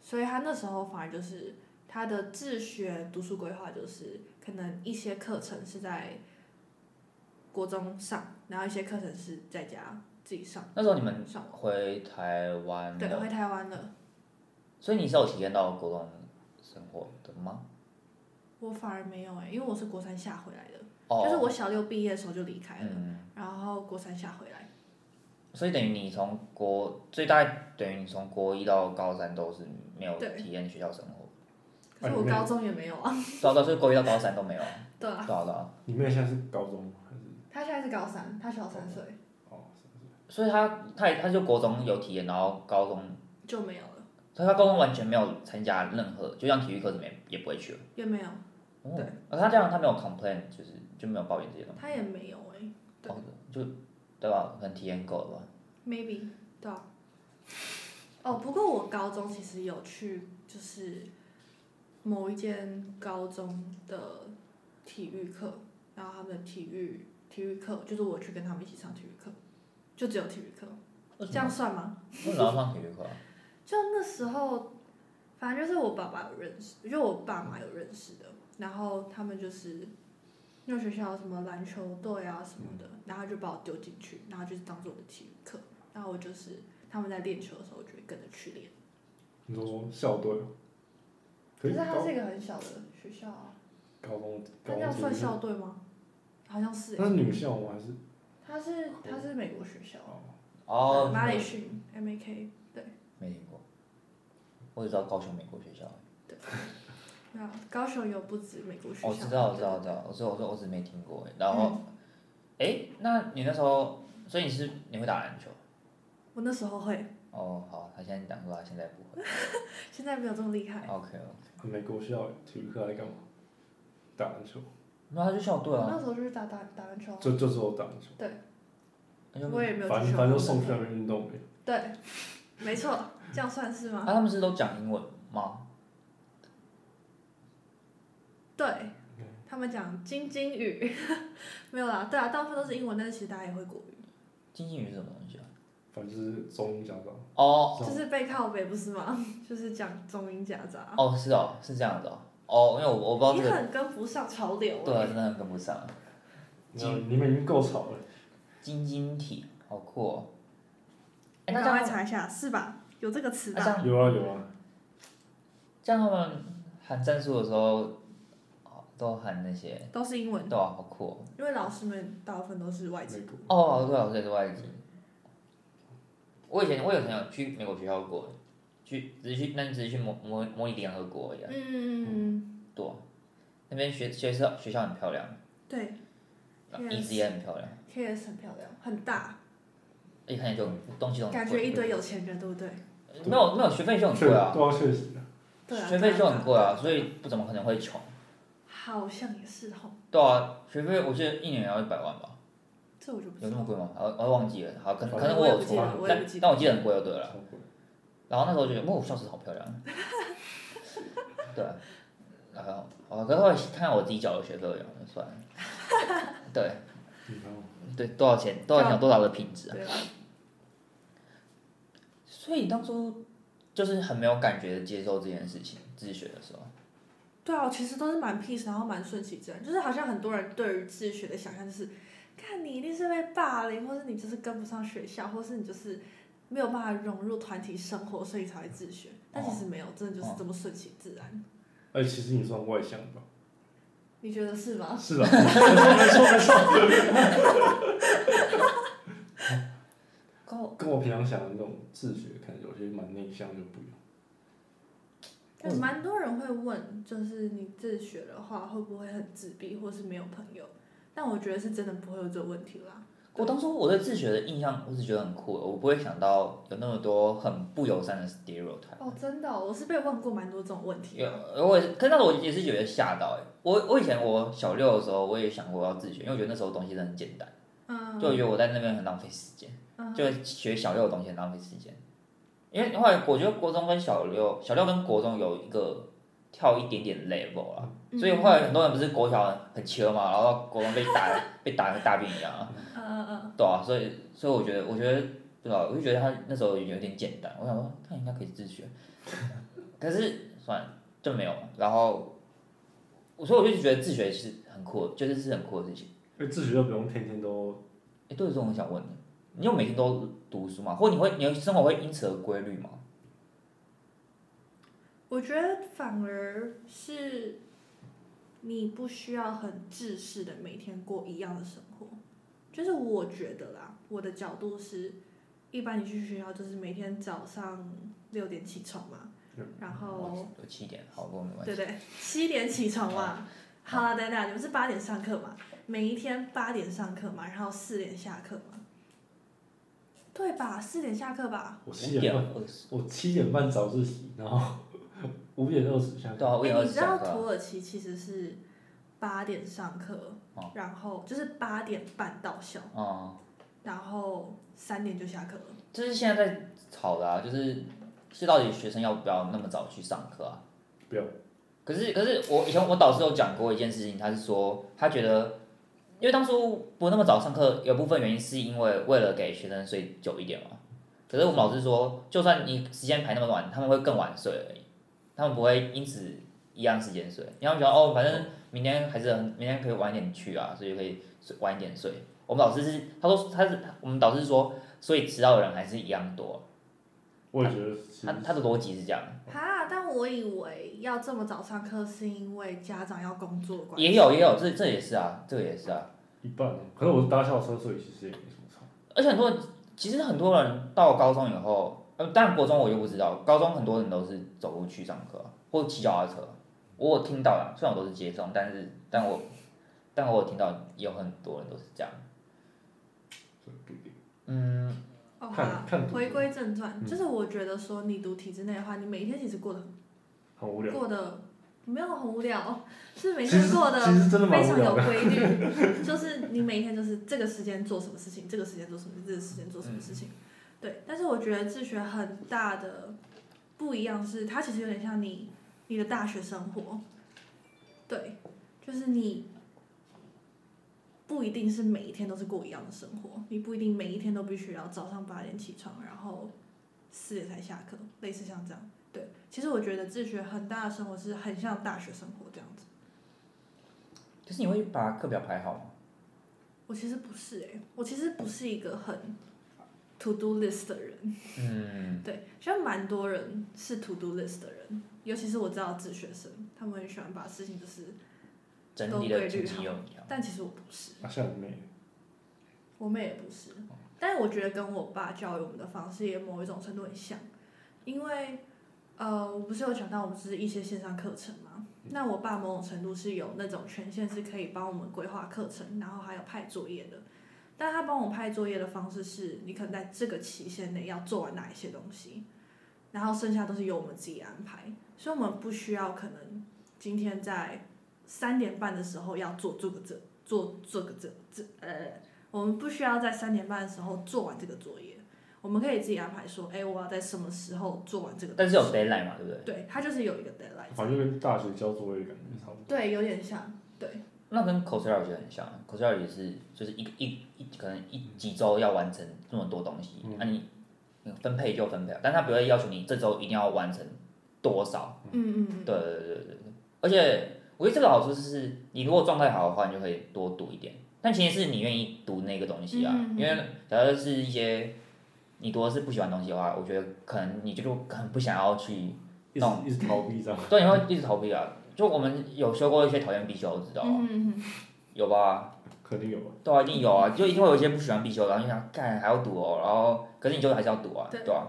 [SPEAKER 1] 所以她那时候反而就是她的自学读书规划就是可能一些课程是在国中上，然后一些课程是在家自己上
[SPEAKER 3] 那时候你们
[SPEAKER 1] 上网。
[SPEAKER 3] 回台湾
[SPEAKER 1] 对，
[SPEAKER 3] 了，
[SPEAKER 1] 回台湾了，
[SPEAKER 3] 所以你是有体验到国中生活的吗？
[SPEAKER 1] 我反而没有哎、因为我是国三下回来的，
[SPEAKER 3] 哦，
[SPEAKER 1] 就是我小六毕业的时候就离开了，
[SPEAKER 3] 嗯，
[SPEAKER 1] 然后国三下回来。
[SPEAKER 3] 所以等于你从国，所以大概等于你从国一到高三都是没有
[SPEAKER 1] 对
[SPEAKER 3] 体验学校生活，
[SPEAKER 1] 可是我高中也没有啊。
[SPEAKER 3] 对啊对啊，所以国一到高三都没有啊，
[SPEAKER 1] 对啊，
[SPEAKER 3] 对啊对啊。
[SPEAKER 2] 你妹现在是高中吗还是？
[SPEAKER 1] 他现在是高三，他小三岁
[SPEAKER 2] 哦，是
[SPEAKER 3] 所以他他也他就国中有体验，然后高中，
[SPEAKER 1] 就没有了，
[SPEAKER 3] 所以他高中完全没有参加任何，就像体育课怎么也也不会去了。
[SPEAKER 1] 也没有，
[SPEAKER 3] 哦
[SPEAKER 1] 对，
[SPEAKER 3] 而他这样他没有 complain，就是就没有抱怨这些东西。
[SPEAKER 1] 他也没有哎、对
[SPEAKER 3] 哦，就对吧？可能体验够了吧。
[SPEAKER 1] m a y b e 对啊。哦，不过我高中其实有去，就是某一间高中的体育课，然后他们的体育体育课就是我去跟他们一起上体育课，就只有体育课，这
[SPEAKER 3] 为什么
[SPEAKER 1] 样算吗？
[SPEAKER 3] 为什么要上体育课啊？
[SPEAKER 1] 就那时候，反正就是我爸爸有认识，就我爸妈有认识的，然后他们就是因为学校有什么篮球队啊什么的，然后就把我丢进去，然后就是当做我的体育课，然后我就是他们在练球的时候，我就会跟着去练。
[SPEAKER 2] 你说校队吗？
[SPEAKER 1] 可
[SPEAKER 2] 以
[SPEAKER 1] 是它
[SPEAKER 2] 高
[SPEAKER 1] 是一个很小的学校啊，
[SPEAKER 2] 高中
[SPEAKER 1] 它
[SPEAKER 2] 高
[SPEAKER 1] 这样
[SPEAKER 2] 中嗯
[SPEAKER 1] 算
[SPEAKER 2] 是
[SPEAKER 1] 校队吗？好像是、
[SPEAKER 2] 那
[SPEAKER 1] 欸，
[SPEAKER 2] 是女校吗？还是
[SPEAKER 1] 它是它是美国学校，啊
[SPEAKER 3] 哦，
[SPEAKER 1] 马里逊 M A K
[SPEAKER 3] 没听过，我只知道高雄美国学校。
[SPEAKER 1] 对啊，高雄有不止美国学校，
[SPEAKER 3] 哦
[SPEAKER 1] 嗯
[SPEAKER 3] 我知道，我知道，我知道，我说我说我只是没听过哎。然后，哎、那你那时候，所以你是你会打篮球？
[SPEAKER 1] 我那时候会，
[SPEAKER 3] 哦，好，他现在讲说他现在不会。
[SPEAKER 1] 现在没有这么厉害。
[SPEAKER 3] OK，哦
[SPEAKER 2] 美国校体育课在干嘛？打篮
[SPEAKER 1] 哦
[SPEAKER 2] 球，
[SPEAKER 3] 那他就校队
[SPEAKER 1] 我
[SPEAKER 3] 啊，
[SPEAKER 1] 那时候就是打打打篮球啊，
[SPEAKER 2] 就就只有打篮球，
[SPEAKER 3] 那就
[SPEAKER 1] 我也没有
[SPEAKER 2] 反
[SPEAKER 1] 去
[SPEAKER 2] 正
[SPEAKER 1] 球
[SPEAKER 2] 反正
[SPEAKER 1] 队
[SPEAKER 2] 就送去那边运动呗。
[SPEAKER 1] 对，没错，这样算是吗？
[SPEAKER 3] 啊，他们是都讲英文吗？
[SPEAKER 1] 对，他们讲京津语， 没有啦，对啊，大部分都是英文，但是其实大家也会国语，
[SPEAKER 3] 经济语是什么东西啊？
[SPEAKER 2] 反正就是中英夹杂。
[SPEAKER 3] 哦
[SPEAKER 2] 懂
[SPEAKER 1] 就是背靠北不是吗？ 就是讲中英夹杂，
[SPEAKER 3] 哦，是哦，是这样子哦。哦，因为我我不知道
[SPEAKER 1] 你
[SPEAKER 3] 这个，
[SPEAKER 1] 很跟不上潮流、
[SPEAKER 3] 对啊，
[SPEAKER 1] 欸。
[SPEAKER 3] 真的跟不上。
[SPEAKER 2] 你你们已经够吵了。
[SPEAKER 3] 晶晶体，好酷哦。
[SPEAKER 1] 你
[SPEAKER 3] 哎、那
[SPEAKER 1] 赶
[SPEAKER 3] 这
[SPEAKER 1] 快
[SPEAKER 3] 样，
[SPEAKER 1] 查一下，是吧？有这个词
[SPEAKER 3] 那这
[SPEAKER 1] 吧？
[SPEAKER 3] 样
[SPEAKER 2] 啊有啊有啊，
[SPEAKER 3] 这样他们喊战术的时候，都很那些，
[SPEAKER 1] 都是英文，
[SPEAKER 3] 对啊，好酷哦。
[SPEAKER 1] 因为老师们大部分都是外籍
[SPEAKER 2] 美。国
[SPEAKER 3] 哦，对啊，我也是外籍。我以前我有朋友去美国学校过，去只是去那只是去模模模拟联合国一样，
[SPEAKER 1] 嗯，
[SPEAKER 3] 对啊、那边学学校学校很漂亮，
[SPEAKER 1] 对
[SPEAKER 3] 椅子也很漂亮，
[SPEAKER 1] ，KS 很漂亮，很大，
[SPEAKER 3] 一看就东西都很贵
[SPEAKER 1] 感觉一堆有钱人，对不对？
[SPEAKER 3] 没有没有学费就很
[SPEAKER 2] 确
[SPEAKER 3] 贵啊，
[SPEAKER 2] 都要确实啊，
[SPEAKER 1] 对啊，
[SPEAKER 3] 学费就很贵
[SPEAKER 1] 对
[SPEAKER 3] 啊，所以不怎么可能会穷。
[SPEAKER 1] 好像也是吼，
[SPEAKER 3] 对啊，学费我记得一年也要一百万吧，
[SPEAKER 1] 这我就不知
[SPEAKER 3] 有
[SPEAKER 1] 道
[SPEAKER 3] 那么贵吗？我我忘记了，好，可能可能
[SPEAKER 1] 我也
[SPEAKER 3] 有
[SPEAKER 1] 不记
[SPEAKER 3] 错，啊
[SPEAKER 1] 得，我也
[SPEAKER 3] 但
[SPEAKER 1] 不记得。
[SPEAKER 3] 但我记得很贵就对
[SPEAKER 1] 啊
[SPEAKER 3] 了。
[SPEAKER 2] 超贵。
[SPEAKER 3] 然后那时候就觉得，哇，校史好漂亮。对啊，然后哦，可是后来看到我自己缴的学费，我就算了。对
[SPEAKER 2] 你看我
[SPEAKER 3] 对，多少钱？多少钱有多少的品质啊？
[SPEAKER 1] 对啊，
[SPEAKER 3] 所以当初就是很没有感觉的接受这件事情，自学的时候。
[SPEAKER 1] 对啊，我其实都是蛮 peace，然后蛮顺其自然，就是好像很多人对于自学的想象就是，看你一定是被霸凌，或是你就是跟不上学校，或是你就是没有办法融入团体生活，所以才会自学。
[SPEAKER 3] 哦
[SPEAKER 1] 但其实没有，真的就是这么顺其自然。
[SPEAKER 2] 哎，其实你算外向吧？
[SPEAKER 1] 你觉得是
[SPEAKER 3] 嗯
[SPEAKER 1] 吗？
[SPEAKER 2] 是吧？ 没错没错，
[SPEAKER 3] 高，
[SPEAKER 2] 跟我平常想的那种自学，可能有些蛮内向就不一样。
[SPEAKER 1] 但蛮多人会问，就是你自学的话，会不会很自闭，或是没有朋友？但我觉得是真的不会有这个问题啦。
[SPEAKER 3] 我当初我对自学的印象，我是觉得很酷的，我不会想到有那么多很不友善的 stereotype。
[SPEAKER 1] 哦，真的哦、我是被问过蛮多这种问题
[SPEAKER 3] 有
[SPEAKER 1] 的。，
[SPEAKER 3] 我也是，可是那时候我也是觉得吓到哎、欸。我我以前我小六的时候，我也想过要自学，因为我觉得那时候东西真的很简单，
[SPEAKER 1] 嗯，
[SPEAKER 3] 就我觉得我在那边很浪费时间，
[SPEAKER 1] 嗯
[SPEAKER 3] 就学小六的东西很浪费时间。因为后来我觉得国中跟小六，小六跟国中有一个跳一点点 level 啦，
[SPEAKER 1] 嗯
[SPEAKER 3] 所以后来很多人不是国小很缺嘛，然后到国中被打 被打跟大便一样啊，
[SPEAKER 1] 嗯嗯嗯，
[SPEAKER 3] 对啊，所以所以我觉得我觉得不知道，我就觉得他那时候有点简单，我想说他应该可以自学， 可是算了就没有了。然后我所以我就觉得自学是很酷的，就是是很酷的事情。
[SPEAKER 2] 因为自学就不用天天都
[SPEAKER 3] 哎，对，这种我想问你，你有每天都读书吗？或你会你的生活会因此而规律吗？
[SPEAKER 1] 我觉得反而是你不需要很制式的每天过一样的生活，就是我觉得啦，我的角度是，一般你去学校就是每天早上六点起床嘛
[SPEAKER 2] 嗯，
[SPEAKER 1] 然后
[SPEAKER 3] 我我哦七点，好，我没关
[SPEAKER 1] 对
[SPEAKER 3] 系。
[SPEAKER 1] 不对，七点起床嘛。好了，等等，你们是八点上课嘛？每一天八点上课嘛，然后四点下课嘛，对吧？四点下课吧。
[SPEAKER 2] 我七
[SPEAKER 3] 五
[SPEAKER 2] 点
[SPEAKER 3] 点
[SPEAKER 2] 半，
[SPEAKER 3] 二十，
[SPEAKER 2] 我七点半早自习，然后五点二十下课。
[SPEAKER 3] 对啊，五点
[SPEAKER 1] 哎
[SPEAKER 3] 二
[SPEAKER 1] 你
[SPEAKER 3] 十
[SPEAKER 1] 知道
[SPEAKER 3] 下课啊。
[SPEAKER 1] 土耳其其实是八点上课，
[SPEAKER 3] 哦
[SPEAKER 1] 然后就是八点半到校，
[SPEAKER 3] 嗯，
[SPEAKER 1] 然后三点就下课了。
[SPEAKER 3] 这是现在在吵的啊，就是是到底学生要不要那么早去上课啊？
[SPEAKER 2] 不要。
[SPEAKER 3] 可是可是我以前我导师有讲过一件事情，他是说他觉得，因为当初不那么早上课，有部分原因是因为为了给学生睡久一点嘛。可是我们老师说，就算你时间排那么晚，他们会更晚睡而已，他们不会因此一样时间睡。然后觉得哦，反正明天还是很，明天可以晚一点去啊，所以可以睡晚一点睡。我们老师是他说他是我们导师说，所以迟到的人还是一样多。
[SPEAKER 2] 我也觉得其实
[SPEAKER 3] 他他的逻辑是这样，
[SPEAKER 1] 哈，但我以为要这么早上课是因为家长要工作关系。
[SPEAKER 3] 也有也有，这这也是啊，这个也是啊。
[SPEAKER 2] 一半哦，可是我是搭校车，所以其实也没什么差。
[SPEAKER 3] 而且很多人，其实很多人到高中以后，呃，当然国中我就不知道，高中很多人都是走路去上课，或骑脚踏车。我有听到啦，虽然我都是接送，但是但我但我有听到有很多人都是这样。
[SPEAKER 2] 所以不一定。
[SPEAKER 3] 嗯，
[SPEAKER 1] 哦，好
[SPEAKER 2] 看
[SPEAKER 1] 啦
[SPEAKER 2] 看图
[SPEAKER 1] 回归正传，
[SPEAKER 2] 嗯
[SPEAKER 1] 就是我觉得说你读体制内的话，你每一天其实过得
[SPEAKER 2] 很无聊。
[SPEAKER 1] 过得没有很无聊，是每
[SPEAKER 2] 其
[SPEAKER 1] 天
[SPEAKER 2] 实
[SPEAKER 1] 过得
[SPEAKER 2] 其实真的蛮
[SPEAKER 1] 非
[SPEAKER 2] 无
[SPEAKER 1] 常有
[SPEAKER 2] 聊的。
[SPEAKER 1] 规律， 就是你每一天就是这个时间做什么事情，这个时间做什么，这个时间做什么事情。
[SPEAKER 2] 嗯
[SPEAKER 1] 对，但是我觉得自学很大的不一样是，它其实有点像你你的大学生活，对，就是你不一定是每一天都是过一样的生活，你不一定每一天都必须要早上八点起床，然后四点才下课，类似像这样。对，其实我觉得自学很大的生活是很像大学生活这样子。
[SPEAKER 3] 可是你会把课表排好吗？
[SPEAKER 1] 我其实不是诶、我其实不是一个很 to do list 的人。
[SPEAKER 3] 嗯，
[SPEAKER 1] 对，像蛮多人是 to do list 的人，尤其是我知道自学生，他们很喜欢把事情就是
[SPEAKER 3] 整体
[SPEAKER 1] 都
[SPEAKER 3] 的
[SPEAKER 1] 规律
[SPEAKER 3] 经济又一样。
[SPEAKER 1] 但其实我不是，
[SPEAKER 2] 啊，像你妹，
[SPEAKER 1] 我妹也不是，但是我觉得跟我爸教育我们的方式也某一种程度很像，因为呃，我不是有讲到我们是一些线上课程嘛，
[SPEAKER 3] 嗯
[SPEAKER 1] 那我爸某种程度是有那种权限是可以帮我们规划课程，然后还有派作业的，但他帮我派作业的方式是你可能在这个期限内要做完哪一些东西，然后剩下都是由我们自己安排，所以我们不需要可能今天在三点半的时候要做这个这做这个这这呃。我们不需要在三点半的时候做完这个作业，我们可以自己安排说，哎、我要在什么时候做完这个东
[SPEAKER 3] 但
[SPEAKER 1] 西。
[SPEAKER 3] 是有 deadline 嘛，对不对？
[SPEAKER 1] 对，它就是有一个 deadline
[SPEAKER 2] 反
[SPEAKER 1] 在。
[SPEAKER 2] 正就跟大学交作业的感觉差不多。
[SPEAKER 1] 对，有点像，对，
[SPEAKER 3] 那跟 Coursera 我觉得很像，Coursera 也是就是一个一一可能一几周要完成这么多东西，那、你你分配就分配，但他不会要求你这周一定要完成多少。
[SPEAKER 1] 嗯嗯嗯，
[SPEAKER 3] 对对对对对，而且我觉得这个好处是，你如果状态好的话，你就可以多读一点。但前提是你愿意读那个东西啊，
[SPEAKER 1] 嗯嗯嗯
[SPEAKER 3] 因为假如是一些你读的是不喜欢的东西的话，我觉得可能你就就很不想要去
[SPEAKER 2] 一
[SPEAKER 3] 懂
[SPEAKER 2] 直一直逃避这样，
[SPEAKER 3] 对，你会一直逃避啊。就我们有修过一些讨厌必修，知道吗？
[SPEAKER 1] 嗯嗯嗯，
[SPEAKER 3] 有吧？
[SPEAKER 2] 肯定有吧？
[SPEAKER 3] 对啊，一定有啊，就一定会有一些不喜欢必修的，然后就想干还要读哦，然后可是你就还是要读啊，
[SPEAKER 1] 对
[SPEAKER 3] 对啊。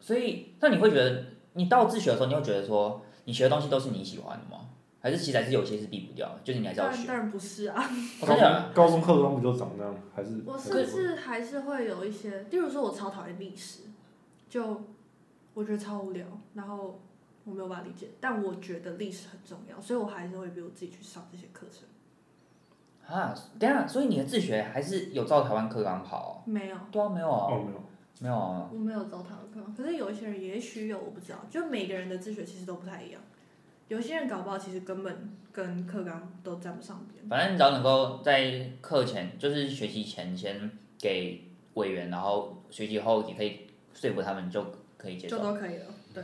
[SPEAKER 3] 所以，那你会觉得你到自学的时候，你会觉得说你学的东西都是你喜欢的吗？还是其实还是有些是避不掉的，就是你还是
[SPEAKER 1] 当
[SPEAKER 3] 要
[SPEAKER 1] 然
[SPEAKER 3] 学？
[SPEAKER 1] 当然不是啊，
[SPEAKER 3] 我
[SPEAKER 2] 高
[SPEAKER 3] 跟你讲，
[SPEAKER 2] 中高中课纲不就长那样？还是
[SPEAKER 1] 我甚至还是会有一些，例如说我超讨厌历史，就我觉得超无聊，然后我没有办法理解，但我觉得历史很重要，所以我还是会逼我自己去上这些课程。
[SPEAKER 3] 啊，等一下，所以你的自学还是有照台湾课纲跑、
[SPEAKER 1] 没有
[SPEAKER 3] 哦？，对啊，没有啊，
[SPEAKER 2] 哦，没有，
[SPEAKER 3] 没有啊。
[SPEAKER 1] 我没有走堂课，可是有一些人也许有，我不知道。就每个人的自学其实都不太一样，有些人搞不好其实根本跟课纲都沾不上边。
[SPEAKER 3] 反正你只要能够在课前，就是学习前先给委员，然后学习后你可以说服他们就可以接
[SPEAKER 1] 就
[SPEAKER 3] 受。
[SPEAKER 1] 都可以了，对，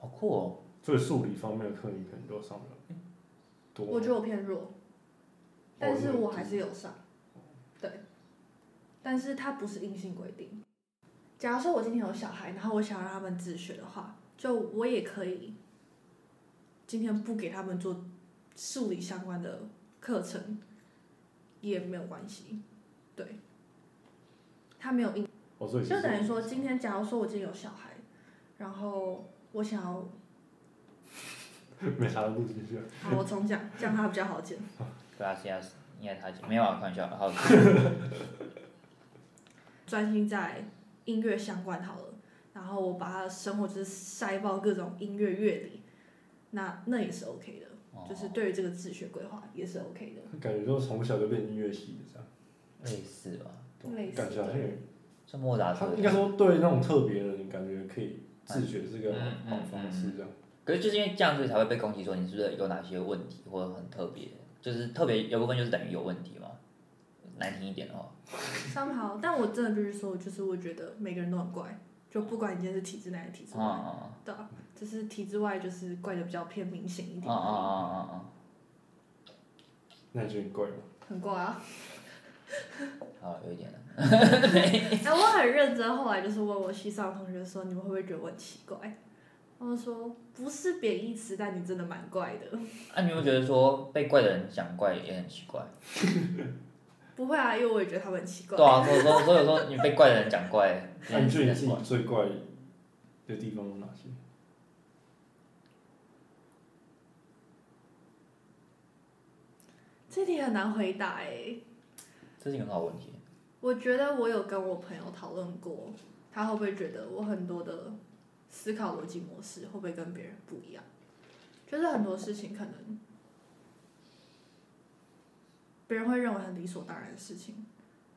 [SPEAKER 3] 好酷哦！
[SPEAKER 2] 所以数理方面的课你可能就上不了。多
[SPEAKER 1] 我觉得我偏弱，但是我还
[SPEAKER 2] 是
[SPEAKER 1] 是有上，对，但是它不是硬性规定。假如说我今天有小孩，然后我想让他们自学的话，就我也可以，今天不给他们做数理相关的课程，也没有关系，对，他没有硬。
[SPEAKER 2] 哦，所以
[SPEAKER 1] 就等于说，今天假如说我今天有小孩，然后我想要，
[SPEAKER 2] 没啥录进去。
[SPEAKER 1] 好，我重讲，这样他比较好剪。
[SPEAKER 3] 对啊，现在是应该他没有啊，开玩笑。然后
[SPEAKER 1] 专心在音乐相关好了，然后我把他的生活就是塞爆各种音乐乐理，那那也是 OK 的，
[SPEAKER 3] 哦
[SPEAKER 1] 就是对于这个自学规划也是 OK 的，
[SPEAKER 2] 感觉就从小就变音乐系的这样，
[SPEAKER 3] 类似吧，
[SPEAKER 1] 类似
[SPEAKER 2] 感觉好像
[SPEAKER 1] 的。
[SPEAKER 2] 有，
[SPEAKER 3] 像莫扎
[SPEAKER 2] 他
[SPEAKER 3] 特
[SPEAKER 2] 应。该说对那种特别的，你感觉可以自学是个
[SPEAKER 3] 嗯嗯
[SPEAKER 2] 好好方式这样。
[SPEAKER 3] 可是就是因为这样，所以才会被攻击说你是不是有哪些问题或者很特别，就是特别有部分就是等于有问题嘛。难听一点的话，
[SPEAKER 1] 三好，但我真的必须说，就是我觉得每个人都很怪，就不管你今天是体制内还是体制
[SPEAKER 3] 啊
[SPEAKER 1] 外，
[SPEAKER 3] 啊
[SPEAKER 1] 对啊，就是体制外就是怪的比较偏明显一
[SPEAKER 3] 啊
[SPEAKER 1] 点
[SPEAKER 3] 啊，啊啊啊！
[SPEAKER 2] 那你觉得很怪吗？
[SPEAKER 1] 很怪啊。
[SPEAKER 3] 好，有一点了。
[SPEAKER 1] 哎，我很认真，后来就是问我西上的同学说，你们会不会觉得我很奇怪？他们说不是贬义词，但你真的蛮怪的。
[SPEAKER 3] 啊，你有没有觉得说被怪的人讲怪也很奇怪？
[SPEAKER 1] 不会啊，因为我也觉得他们很奇怪。
[SPEAKER 3] 对啊，所以说所以说你被怪的人讲怪，
[SPEAKER 2] 那啊你觉得你自己
[SPEAKER 3] 奇 怪。
[SPEAKER 2] 最怪的地方有哪些？
[SPEAKER 1] 这题很难回答哎、
[SPEAKER 3] 这是一个很好的问题。
[SPEAKER 1] 我觉得我有跟我朋友讨论过，他会不会觉得我很多的思考逻辑模式会不会跟别人不一样？就是很多事情可能别人会认为很理所当然的事情，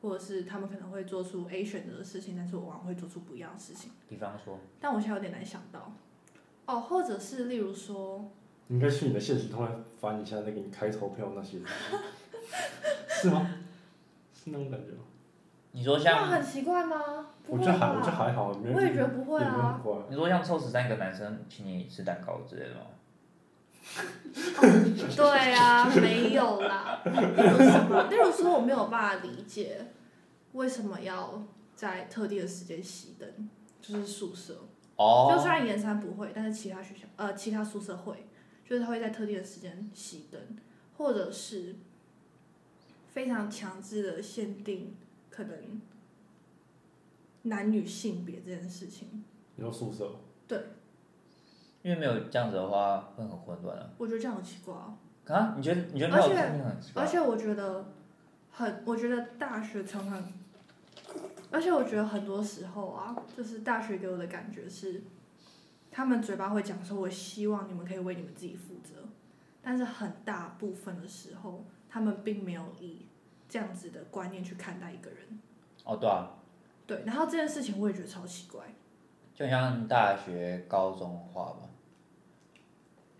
[SPEAKER 1] 或者是他们可能会做出 A 选择的事情，但是我往往会做出不一样的事情。
[SPEAKER 3] 比方说，
[SPEAKER 1] 但我现在有点难想到，哦，或者是例如说，
[SPEAKER 2] 你应该去你的现实通来翻一下那个你开投票那些， 是吗？是那种感觉吗？
[SPEAKER 3] 你说
[SPEAKER 1] 那
[SPEAKER 3] 像
[SPEAKER 1] 很奇怪吗？不
[SPEAKER 2] 我
[SPEAKER 1] 会
[SPEAKER 2] 觉得还我觉得
[SPEAKER 1] 吧？
[SPEAKER 2] 还好，没有
[SPEAKER 1] 我也觉得不会
[SPEAKER 2] 也没有
[SPEAKER 1] 啊
[SPEAKER 2] 很。怪。
[SPEAKER 3] 你说像凑十三个男生请你吃蛋糕之类的吗？
[SPEAKER 1] 对啊，没有啦。为什么？例如说，我没有办法理解为什么要在特定的时间熄灯，就是宿舍。就
[SPEAKER 3] 哦
[SPEAKER 1] 虽然盐山不会，但是其他学校呃其他宿舍会，就是它会在特定的时间熄灯，或者是非常强制的限定可能男女性别这件事情。
[SPEAKER 2] 你说宿舍，
[SPEAKER 3] 因为没有这样子的话会很混乱啊。
[SPEAKER 1] 我觉得这样很奇怪哦、
[SPEAKER 3] 啊，你觉得你觉得没有
[SPEAKER 1] 而且
[SPEAKER 3] 这样很奇怪
[SPEAKER 1] 而且我觉得很，我觉得大学常常，而且我觉得很多时候啊，就是大学给我的感觉是，他们嘴巴会讲说，我希望你们可以为你们自己负责，但是很大部分的时候，他们并没有以这样子的观念去看待一个人。
[SPEAKER 3] 哦，对啊，
[SPEAKER 1] 对，然后这件事情我也觉得超奇怪。
[SPEAKER 3] 就像大学、高中话吧，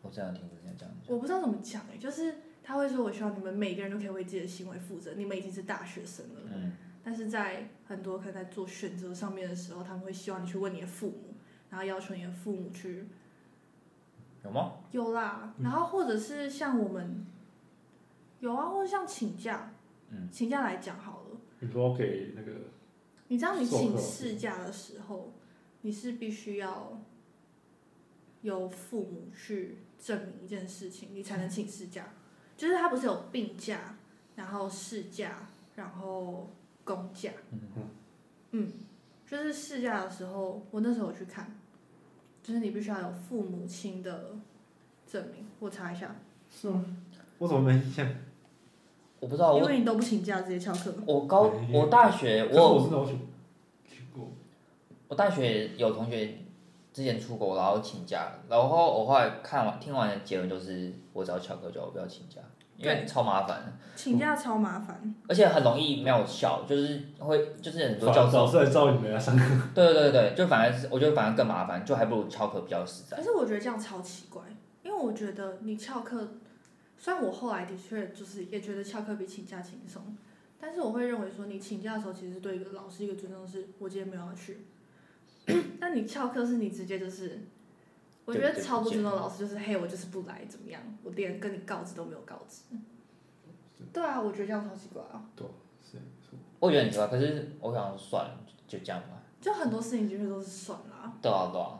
[SPEAKER 3] 我这样听人家这样讲。
[SPEAKER 1] 我不知道怎么讲哎、就是他会说，我希望你们每个人都可以为自己的行为负责，你们已经是大学生了。
[SPEAKER 3] 嗯，
[SPEAKER 1] 但是在很多可能在做选择上面的时候，他们会希望你去问你的父母，然后要求你的父母去
[SPEAKER 3] 有吗？
[SPEAKER 1] 有啦，然后或者是像我们有啊，或者像请假，
[SPEAKER 3] 嗯
[SPEAKER 1] 请假来讲好了，
[SPEAKER 2] 你说要给那个
[SPEAKER 1] 你知道你
[SPEAKER 2] 授课
[SPEAKER 1] 请事假的时候，你是必须要由父母去证明一件事情，你才能请事假，就是他不是有病假，然后事假，然后公假。
[SPEAKER 2] 嗯
[SPEAKER 1] 就是试驾的时候，我那时候有去看，就是你必须要有父母亲的证明，我查一下，
[SPEAKER 2] 是吗？我怎么没印象？
[SPEAKER 3] 我不知道，
[SPEAKER 1] 因
[SPEAKER 3] 我
[SPEAKER 1] 为你都不请假直接翘课。
[SPEAKER 3] 我高
[SPEAKER 2] 哎
[SPEAKER 3] 我大学
[SPEAKER 2] 可
[SPEAKER 3] 我
[SPEAKER 2] 是我真的有去去过，
[SPEAKER 3] 我大学有同学之前出国，然后请假，然后我后来看完听完的结论就是，我只要翘课就好，我不要请假，因为超麻烦的，
[SPEAKER 1] 请假超麻烦，
[SPEAKER 3] 而且很容易没有效，就是会就是很多
[SPEAKER 2] 反
[SPEAKER 3] 教
[SPEAKER 2] 正老
[SPEAKER 3] 授，
[SPEAKER 2] 师来照你们啊，上课。
[SPEAKER 3] 对对对对，就反而是我觉得反而更麻烦，就还不如翘课比较实在
[SPEAKER 1] 可。是我觉得这样超奇怪，因为我觉得你翘课，虽然我后来的确就是也觉得翘课比请假轻松，但是我会认为说你请假的时候，其实对一个老师一个尊重是，我今天没有要去， 但你翘课是你直接就是。我觉得
[SPEAKER 3] 对
[SPEAKER 1] 超不
[SPEAKER 3] 对不
[SPEAKER 1] 尊
[SPEAKER 3] 见
[SPEAKER 1] 重老师，就是嘿，我就是不来，怎么样？我连跟你告知都没有告知。对啊，我觉得这样超奇怪啊！
[SPEAKER 2] 是
[SPEAKER 3] 我觉得很奇怪，可是我想算了，就就这样吧。
[SPEAKER 1] 就很多事情的确都是算啦，
[SPEAKER 3] 对啊对啊，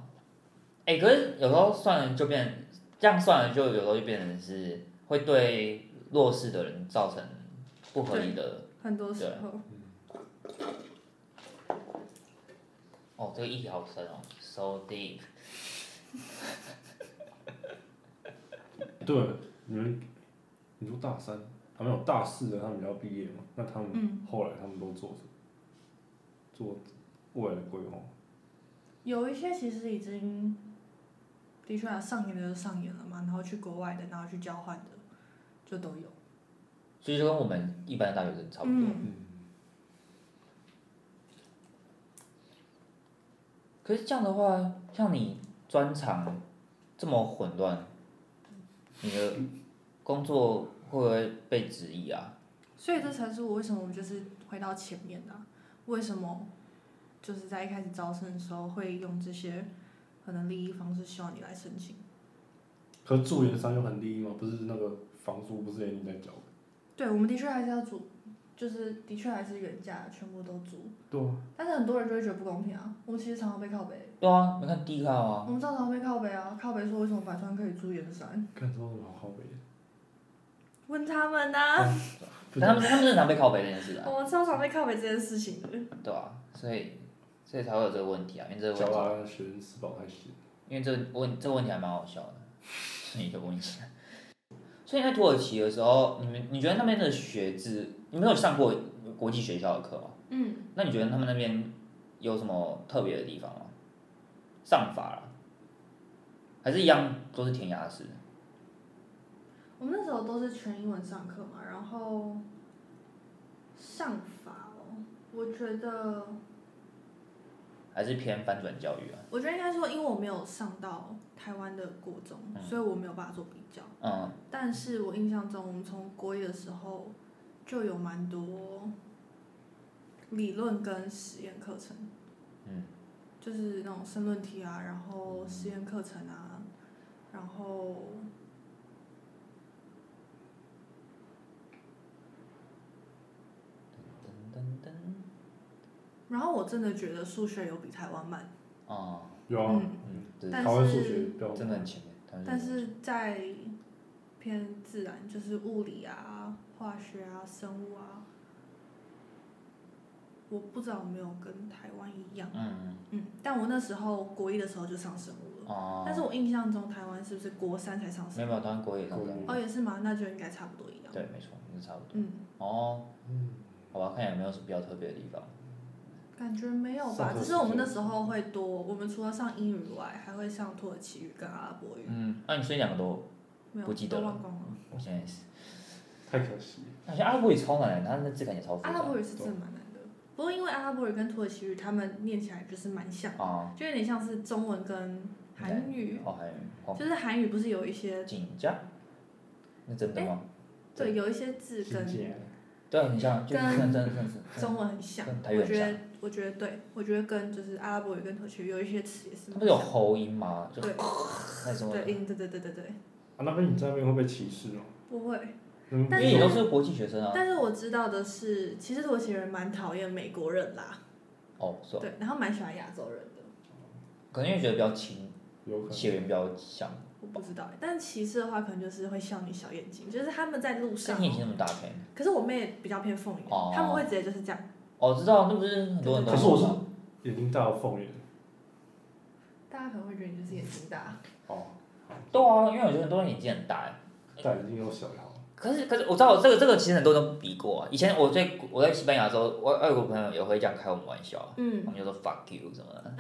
[SPEAKER 3] 哎、可是有时候算了就变，这样算了就有时候就变成是会对弱势的人造成不合理的。
[SPEAKER 1] 很多时候。
[SPEAKER 3] 哦，这个议题好深哦，so deep。
[SPEAKER 2] 对，啊你们，你说大三，他们有大四的，他们要毕业嘛？那他们
[SPEAKER 1] 嗯
[SPEAKER 2] 后来他们都做什么？做未来的规划？
[SPEAKER 1] 有一些其实已经，的确啊，上演的就上演了嘛，然后去国外的，然后去交换的，就都有。
[SPEAKER 3] 所以就跟我们一般的大学生差不多。
[SPEAKER 1] 嗯
[SPEAKER 2] 嗯，
[SPEAKER 3] 可是这样的话，像你专长这么混乱，你的工作会不会被质疑啊？
[SPEAKER 1] 所以这才是我为什么我们就是回到前面的啊、为什么就是在一开始招生的时候会用这些可能利益方式希望你来申请。
[SPEAKER 2] 可是住研商又很利益嘛，不是那个房租不是也你在交？
[SPEAKER 1] 对，我们的确还是要租，就是的确还是原价全部都租，
[SPEAKER 2] 对啊，
[SPEAKER 1] 但是很多人就会觉得不公平啊。我们其实常常被靠北，
[SPEAKER 3] 对啊，你看 D 卡啊，
[SPEAKER 1] 我们常常被靠北啊，靠北说为什么百川可以租盐山？
[SPEAKER 2] 看这有什么好背
[SPEAKER 1] 问他们啊呐、
[SPEAKER 2] 不
[SPEAKER 3] 但他们他们正常被拷贝这件事啊，
[SPEAKER 1] 我们超常被靠北这件事情的。
[SPEAKER 3] 对啊，所以所以才会有这个问题啊，因为这个
[SPEAKER 2] 交
[SPEAKER 3] 问题，
[SPEAKER 2] 大学生吃饱太闲。
[SPEAKER 3] 因为这个问这个问题还蛮好笑的，所以就问一下。所以在土耳其的时候，你们你觉得那边的学制，你们有上过国际学校的课吗？
[SPEAKER 1] 嗯，
[SPEAKER 3] 那你觉得他们那边有什么特别的地方吗？上法啦，还是一样都是填鸭式？
[SPEAKER 1] 我们那时候都是全英文上课嘛，然后上法哦，我觉得，
[SPEAKER 3] 还是偏翻转教育啊？
[SPEAKER 1] 我觉得应该说，因为我没有上到台湾的国中，
[SPEAKER 3] 嗯
[SPEAKER 1] 所以我没有办法做比较。
[SPEAKER 3] 嗯，
[SPEAKER 1] 但是我印象中，我们从国一的时候就有蛮多理论跟实验课程，
[SPEAKER 3] 嗯，
[SPEAKER 1] 就是那种申论题啊，然后实验课程啊，然后
[SPEAKER 3] 噔噔噔，
[SPEAKER 1] 然后我真的觉得数学有比台湾慢，
[SPEAKER 3] 哦、
[SPEAKER 2] 有啊，
[SPEAKER 1] 嗯，
[SPEAKER 3] 嗯，对，
[SPEAKER 1] 但
[SPEAKER 2] 台湾
[SPEAKER 1] 是
[SPEAKER 2] 数学比较
[SPEAKER 3] 真的很前面，
[SPEAKER 1] 但是在偏自然，就是物理啊、化学啊、生物啊，我不知道有没有跟台湾一样，
[SPEAKER 3] 嗯，
[SPEAKER 1] 嗯，但我那时候国一的时候就上生物了，
[SPEAKER 3] 哦，
[SPEAKER 1] 但是我印象中台湾是不是国三才上
[SPEAKER 3] 没
[SPEAKER 1] 生
[SPEAKER 3] 有
[SPEAKER 1] 物？
[SPEAKER 3] 没有，当然国语上这样，
[SPEAKER 1] 哦，也是吗？那就应该差不多一样。
[SPEAKER 3] 对，没错，是差不多。
[SPEAKER 1] 嗯，
[SPEAKER 3] 哦，
[SPEAKER 2] 嗯，
[SPEAKER 3] 好吧，看有没有什么比较特别的地方。
[SPEAKER 1] 感觉没有吧
[SPEAKER 2] 上，
[SPEAKER 1] 只
[SPEAKER 2] 课时
[SPEAKER 1] 是
[SPEAKER 2] 间
[SPEAKER 1] 我们那时候会多，我们除了上英语外，还会上土耳其语跟阿拉伯语，
[SPEAKER 3] 嗯，那、你所以两个都，
[SPEAKER 1] 没有
[SPEAKER 3] 不记得
[SPEAKER 1] 都
[SPEAKER 3] 了
[SPEAKER 1] 忘光了。
[SPEAKER 3] 我现在也是。
[SPEAKER 2] 太可惜了。
[SPEAKER 3] 而且阿拉伯语超难的，它那质感也超复
[SPEAKER 1] 阿拉
[SPEAKER 3] 杂。
[SPEAKER 1] 伯语是真的蛮难的，不过因为阿拉伯语跟土耳其语他们念起来就是蛮像，
[SPEAKER 3] 啊，
[SPEAKER 1] 就有点像是中文跟韩语，
[SPEAKER 3] 哦，还有黄
[SPEAKER 1] 就是韩语不是有一些
[SPEAKER 3] 锦家，那真的吗？
[SPEAKER 1] 对有一些字跟
[SPEAKER 2] 境界
[SPEAKER 3] 对，啊很像，就是
[SPEAKER 1] 跟
[SPEAKER 3] 真的真的真的。
[SPEAKER 1] 中文很像
[SPEAKER 3] 跟，台语
[SPEAKER 1] 我
[SPEAKER 3] 很
[SPEAKER 1] 觉
[SPEAKER 3] 像
[SPEAKER 1] 得我觉得对，我觉得跟就是阿拉伯语跟土耳其语有一些词也是
[SPEAKER 3] 它
[SPEAKER 1] 蛮
[SPEAKER 3] 不是有
[SPEAKER 1] 像的，
[SPEAKER 3] 喉音吗？ 就
[SPEAKER 1] 对
[SPEAKER 3] 那什么，
[SPEAKER 1] 对嗯音对对对对对，
[SPEAKER 2] 啊，那边你在那边会被歧视哦。
[SPEAKER 1] 不会。
[SPEAKER 3] 啊
[SPEAKER 2] 那边
[SPEAKER 3] 因
[SPEAKER 1] 但
[SPEAKER 3] 为
[SPEAKER 1] 是
[SPEAKER 3] 你都是国际学生啊。
[SPEAKER 1] 但是我知道的是，其实土耳其人蛮讨厌美国人啦，
[SPEAKER 3] 哦，是哦，
[SPEAKER 1] 对，然后蛮喜欢亚洲人的，
[SPEAKER 3] 可能因为觉得比较亲，
[SPEAKER 2] 有可能
[SPEAKER 3] 血缘比较像。
[SPEAKER 1] 我不知道欸。但歧视的话，可能就是会笑你小眼睛，就是他们在路上
[SPEAKER 3] 但你以前那么大片？
[SPEAKER 1] 可是我妹比较偏凤眼，
[SPEAKER 3] 哦
[SPEAKER 1] 他们会直接就是这样。
[SPEAKER 3] 哦，知道，那不是很多人都
[SPEAKER 2] 可是我是眼睛大到凤眼。
[SPEAKER 1] 大家可能会觉得你就是眼睛大，
[SPEAKER 2] 哦，
[SPEAKER 3] 对啊，因为我觉得很多人眼睛很大哎。
[SPEAKER 2] 戴眼镜又小也好。
[SPEAKER 3] 可是可是我知道这个这个其实很多人都比过啊。以前我在我在西班牙的时候，外外国朋友也会这样开我们玩笑啊，
[SPEAKER 1] 嗯
[SPEAKER 3] 他，们就说 fuck you 什么的，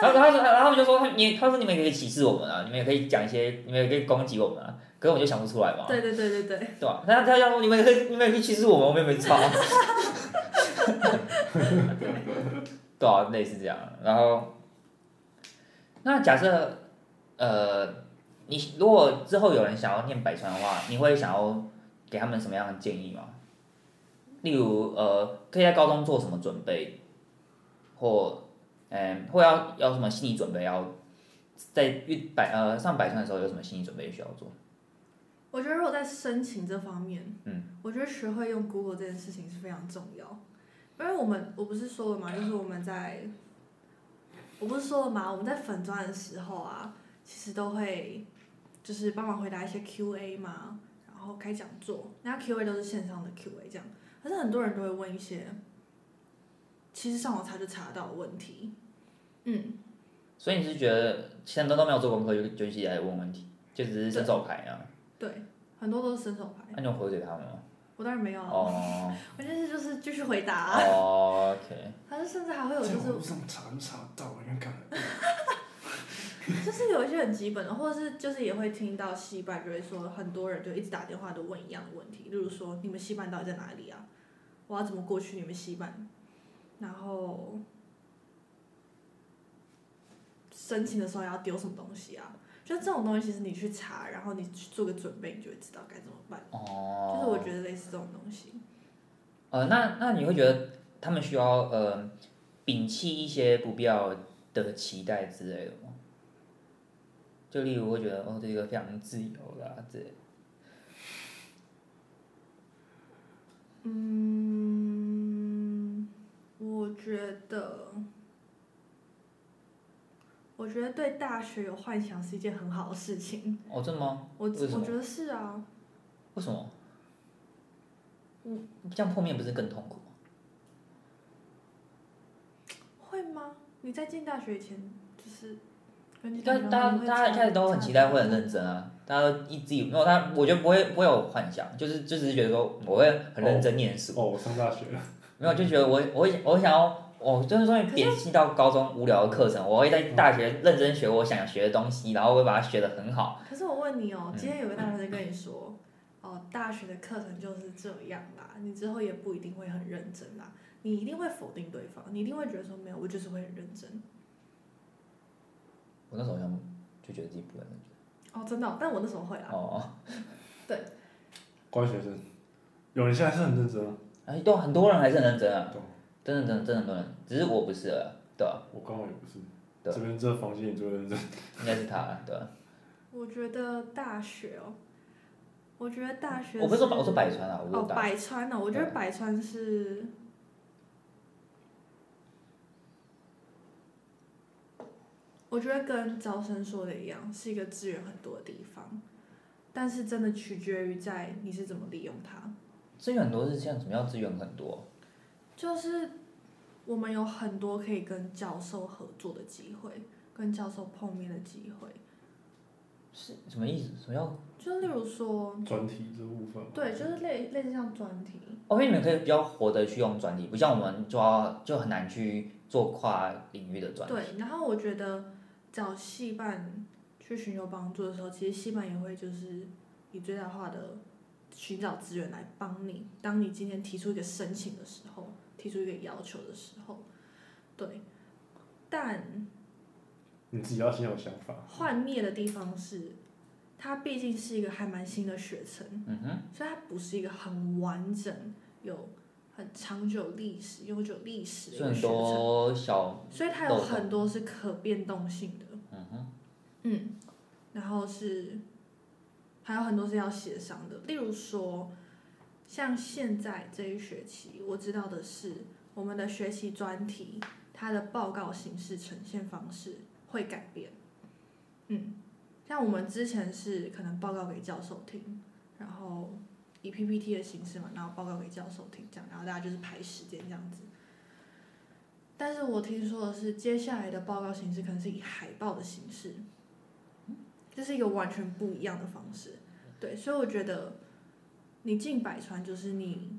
[SPEAKER 3] 然后然后然后他们就说他你他说你们也可以歧视我们啊，你们也可以讲一些你们也可以攻击我们啊，可是我就想不出来嘛，
[SPEAKER 1] 对对对对对，
[SPEAKER 3] 对吧？那他要说你们也可以你们也可以歧视我们，我们也没差， 对啊，类似这样。然后，那假设呃，你如果之后有人想要念百川的话，你会想要给他们什么样的建议吗？例如呃，可以在高中做什么准备，或嗯、或要要什么心理准备要。在运百呃上百川的时候有什么心理准备需要做？
[SPEAKER 1] 我觉得如果在申请这方面，
[SPEAKER 3] 嗯，
[SPEAKER 1] 我觉得学会用 Google 这件事情是非常重要，因为我们我不是说了嘛，就是我们在，我不是说了嘛，我们在粉砖的时候啊，其实都会就是帮忙回答一些 Q&A 嘛，然后开讲座，那 Q&A 都是线上的 Q&A 这样，可是很多人都会问一些，其实上网查就查得到的问题，嗯，
[SPEAKER 3] 所以你是觉得现在都没有做功课就就一起来问问题，就只是伸手牌啊？
[SPEAKER 1] 对，很多都是伸手牌。
[SPEAKER 3] 那你有回给他们吗？
[SPEAKER 1] 我当然没有啊，
[SPEAKER 3] 哎哦
[SPEAKER 1] 我就是就是继续回答、啊，
[SPEAKER 3] 哦，OK，
[SPEAKER 1] 他是甚至还会有
[SPEAKER 2] 在
[SPEAKER 1] 就
[SPEAKER 2] 网络
[SPEAKER 1] 是
[SPEAKER 2] 上查都查得到，你看，
[SPEAKER 1] 就是有一些很基本的，或者是就是也会听到戏班就会说很多人就一直打电话都问一样的问题，例如说你们戏班到底在哪里啊？我要怎么过去你们戏班？然后申请的时候要丢什么东西啊？就是这种东西，其实你去查，然后你去做个准备，你就会知道该怎么办。
[SPEAKER 3] 哦，
[SPEAKER 1] 就是我觉得类似这种东西，
[SPEAKER 3] 呃，那那你会觉得他们需要呃摒弃一些不必要的期待之类的吗？就例如会觉得哦，这个非常自由啦、之类的。
[SPEAKER 1] 嗯，我觉得，我觉得对大学有幻想是一件很好的事情。
[SPEAKER 3] 哦，真的吗？
[SPEAKER 1] 我
[SPEAKER 3] 为什
[SPEAKER 1] 我
[SPEAKER 3] 么
[SPEAKER 1] 觉得是啊，
[SPEAKER 3] 为什么？嗯，这样破灭不是更痛苦吗？
[SPEAKER 1] 会吗？你在进大学以前就是跟进大学
[SPEAKER 3] 但
[SPEAKER 1] 后
[SPEAKER 3] 大家
[SPEAKER 1] 你会
[SPEAKER 3] 大家一开始都很期待，会很认
[SPEAKER 1] 差
[SPEAKER 3] 真啊。大家都一自己没有他，我觉得不会不会有幻想，就是就只是觉得说我会很认真念书，
[SPEAKER 2] 哦，我上大学了，
[SPEAKER 3] 没有就觉得我我我想要，我就是说摒弃到高中无聊的课程，我会在大学认真学我想学的东西，然后会把它学得很好。
[SPEAKER 1] 可是我问你
[SPEAKER 3] 嗯
[SPEAKER 1] 哦，今天有个大学生跟你说，哦，大学的课程就是这样啦，你之后也不一定会很认真啦，你一定会否定对方，你一定会觉得说没有，我就是会很认真。
[SPEAKER 3] 我那时候好像就觉得自己不会认
[SPEAKER 1] 哦，真的哦、但我那时候会
[SPEAKER 3] 真。
[SPEAKER 1] 啊。
[SPEAKER 3] 哦，
[SPEAKER 2] 乖学生，有人现在是很认真啊。
[SPEAKER 3] 哎，对啊，很多人还是很认真啊
[SPEAKER 2] 对，
[SPEAKER 3] 真的真的真的很多人，只是我不是了，对啊，
[SPEAKER 2] 我刚好也不是，
[SPEAKER 3] 对
[SPEAKER 2] 这边这房间也最认真。
[SPEAKER 3] 应该是他啊，对啊。
[SPEAKER 1] 我觉得大学哦，我觉得大学
[SPEAKER 3] 我不是说
[SPEAKER 1] 是
[SPEAKER 3] 我说百川啊，我
[SPEAKER 1] 哦
[SPEAKER 3] 说大
[SPEAKER 1] 百川呢、我觉得
[SPEAKER 3] 对
[SPEAKER 1] 百川是我觉得跟招生说的一样，是一个资源很多的地方，但是真的取决于在你是怎么利用它。
[SPEAKER 3] 资源很多是像什么叫资源很多？
[SPEAKER 1] 就是我们有很多可以跟教授合作的机会，跟教授碰面的机会。
[SPEAKER 3] 是什么意思？什么叫？
[SPEAKER 1] 就例如说，
[SPEAKER 2] 专题这部分。
[SPEAKER 1] 对，就是类类似像专题，
[SPEAKER 3] 哦，因为你们可以比较活得去用专题，不像我们抓就很难去做跨领域的专题。
[SPEAKER 1] 对。然后我觉得找戏办去寻求帮助的时候，其实戏办也会就是以最大化的寻找资源来帮你。当你今天提出一个申请的时候，提出一个要求的时候，对。但
[SPEAKER 2] 你自己要先有想法。
[SPEAKER 1] 幻灭的地方是，它毕竟是一个还蛮新的学程，
[SPEAKER 3] 嗯哼，
[SPEAKER 1] 所以它不是一个很完整、有很长久历史、悠久历史的一
[SPEAKER 3] 所以
[SPEAKER 1] 个
[SPEAKER 3] 很
[SPEAKER 1] 学程，
[SPEAKER 3] 多小，
[SPEAKER 1] 所以它有很多是可变动性的。
[SPEAKER 3] 嗯哼，
[SPEAKER 1] 嗯，然后是还有很多是要协商的，例如说，像现在这一学期，我知道的是我们的学习专题，它的报告形式呈现方式会改变。嗯，像我们之前是可能报告给教授听，然后以 PPT 的形式嘛，然后报告给教授听这样，然后大家就是排时间这样子。但是我听说的是，接下来的报告形式可能是以海报的形式，这是一个完全不一样的方式。对，所以我觉得你进百川就是你，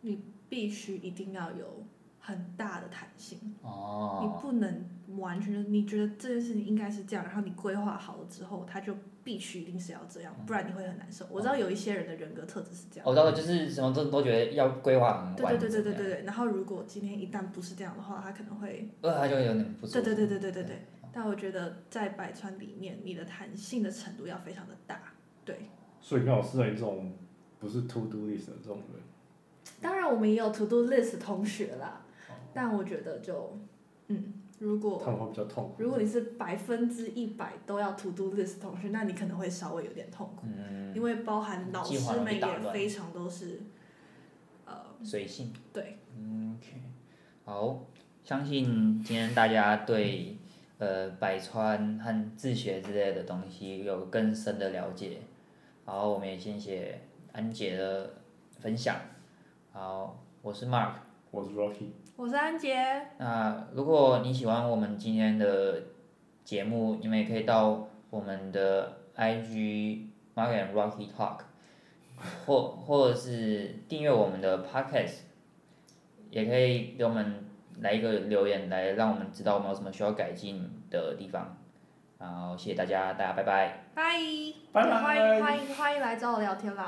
[SPEAKER 1] 你必须一定要有很大的弹性，你
[SPEAKER 3] 哦，
[SPEAKER 1] 不能完全就是你觉得这件事情应该是这样，然后你规划好了之后，它就必须一定是要这样，
[SPEAKER 3] 嗯
[SPEAKER 1] 不然你会很难受。我
[SPEAKER 3] 哦
[SPEAKER 1] 知道有一些人的人格特质是这样。
[SPEAKER 3] 我知道就是什么都都觉得要规划很
[SPEAKER 1] 对对
[SPEAKER 3] 哦完整，
[SPEAKER 1] 对对对对，对，然后如果今天一旦不是这样的话，他可能会
[SPEAKER 3] 呃，他就有点不舒服。
[SPEAKER 1] 对对对对对对对。但我觉得在百川里面，你的弹性的程度要非常的大。对，
[SPEAKER 2] 所以刚好适合你这种不是 to do list 的这种人。
[SPEAKER 1] 当然我们也有 to do list 同学啦，但我觉得就，嗯，如果
[SPEAKER 2] 他们会比较痛苦。
[SPEAKER 1] 如果你是百分之一百都要 to do list 同学，那你可能会稍微有点痛苦，
[SPEAKER 3] 嗯，
[SPEAKER 1] 因为包含老
[SPEAKER 3] 计划
[SPEAKER 1] 师
[SPEAKER 3] 容易
[SPEAKER 1] 们
[SPEAKER 3] 打
[SPEAKER 1] 也
[SPEAKER 3] 乱
[SPEAKER 1] 非常都是，呃，
[SPEAKER 3] 随性。
[SPEAKER 1] 对，
[SPEAKER 3] 嗯，OK，好，相信今天大家对呃百川和自学之类的东西有更深的了解，然后我们也谢谢安姐的分享。好，我是 Mark。
[SPEAKER 2] 我是 Rocky，
[SPEAKER 1] 我是安杰。
[SPEAKER 3] 那如果你喜欢我们今天的节目，你们也可以到我们的 IG Mark and Rocky Talk，或或者是订阅我们的 Podcast，也可以给我们来一个留言，来让我们知道我们有什么需要改进的地方。然后谢谢大家，大家拜拜。
[SPEAKER 1] 拜，
[SPEAKER 2] 拜
[SPEAKER 1] 也欢迎
[SPEAKER 2] 拜
[SPEAKER 1] 欢迎欢迎来找我聊天啦。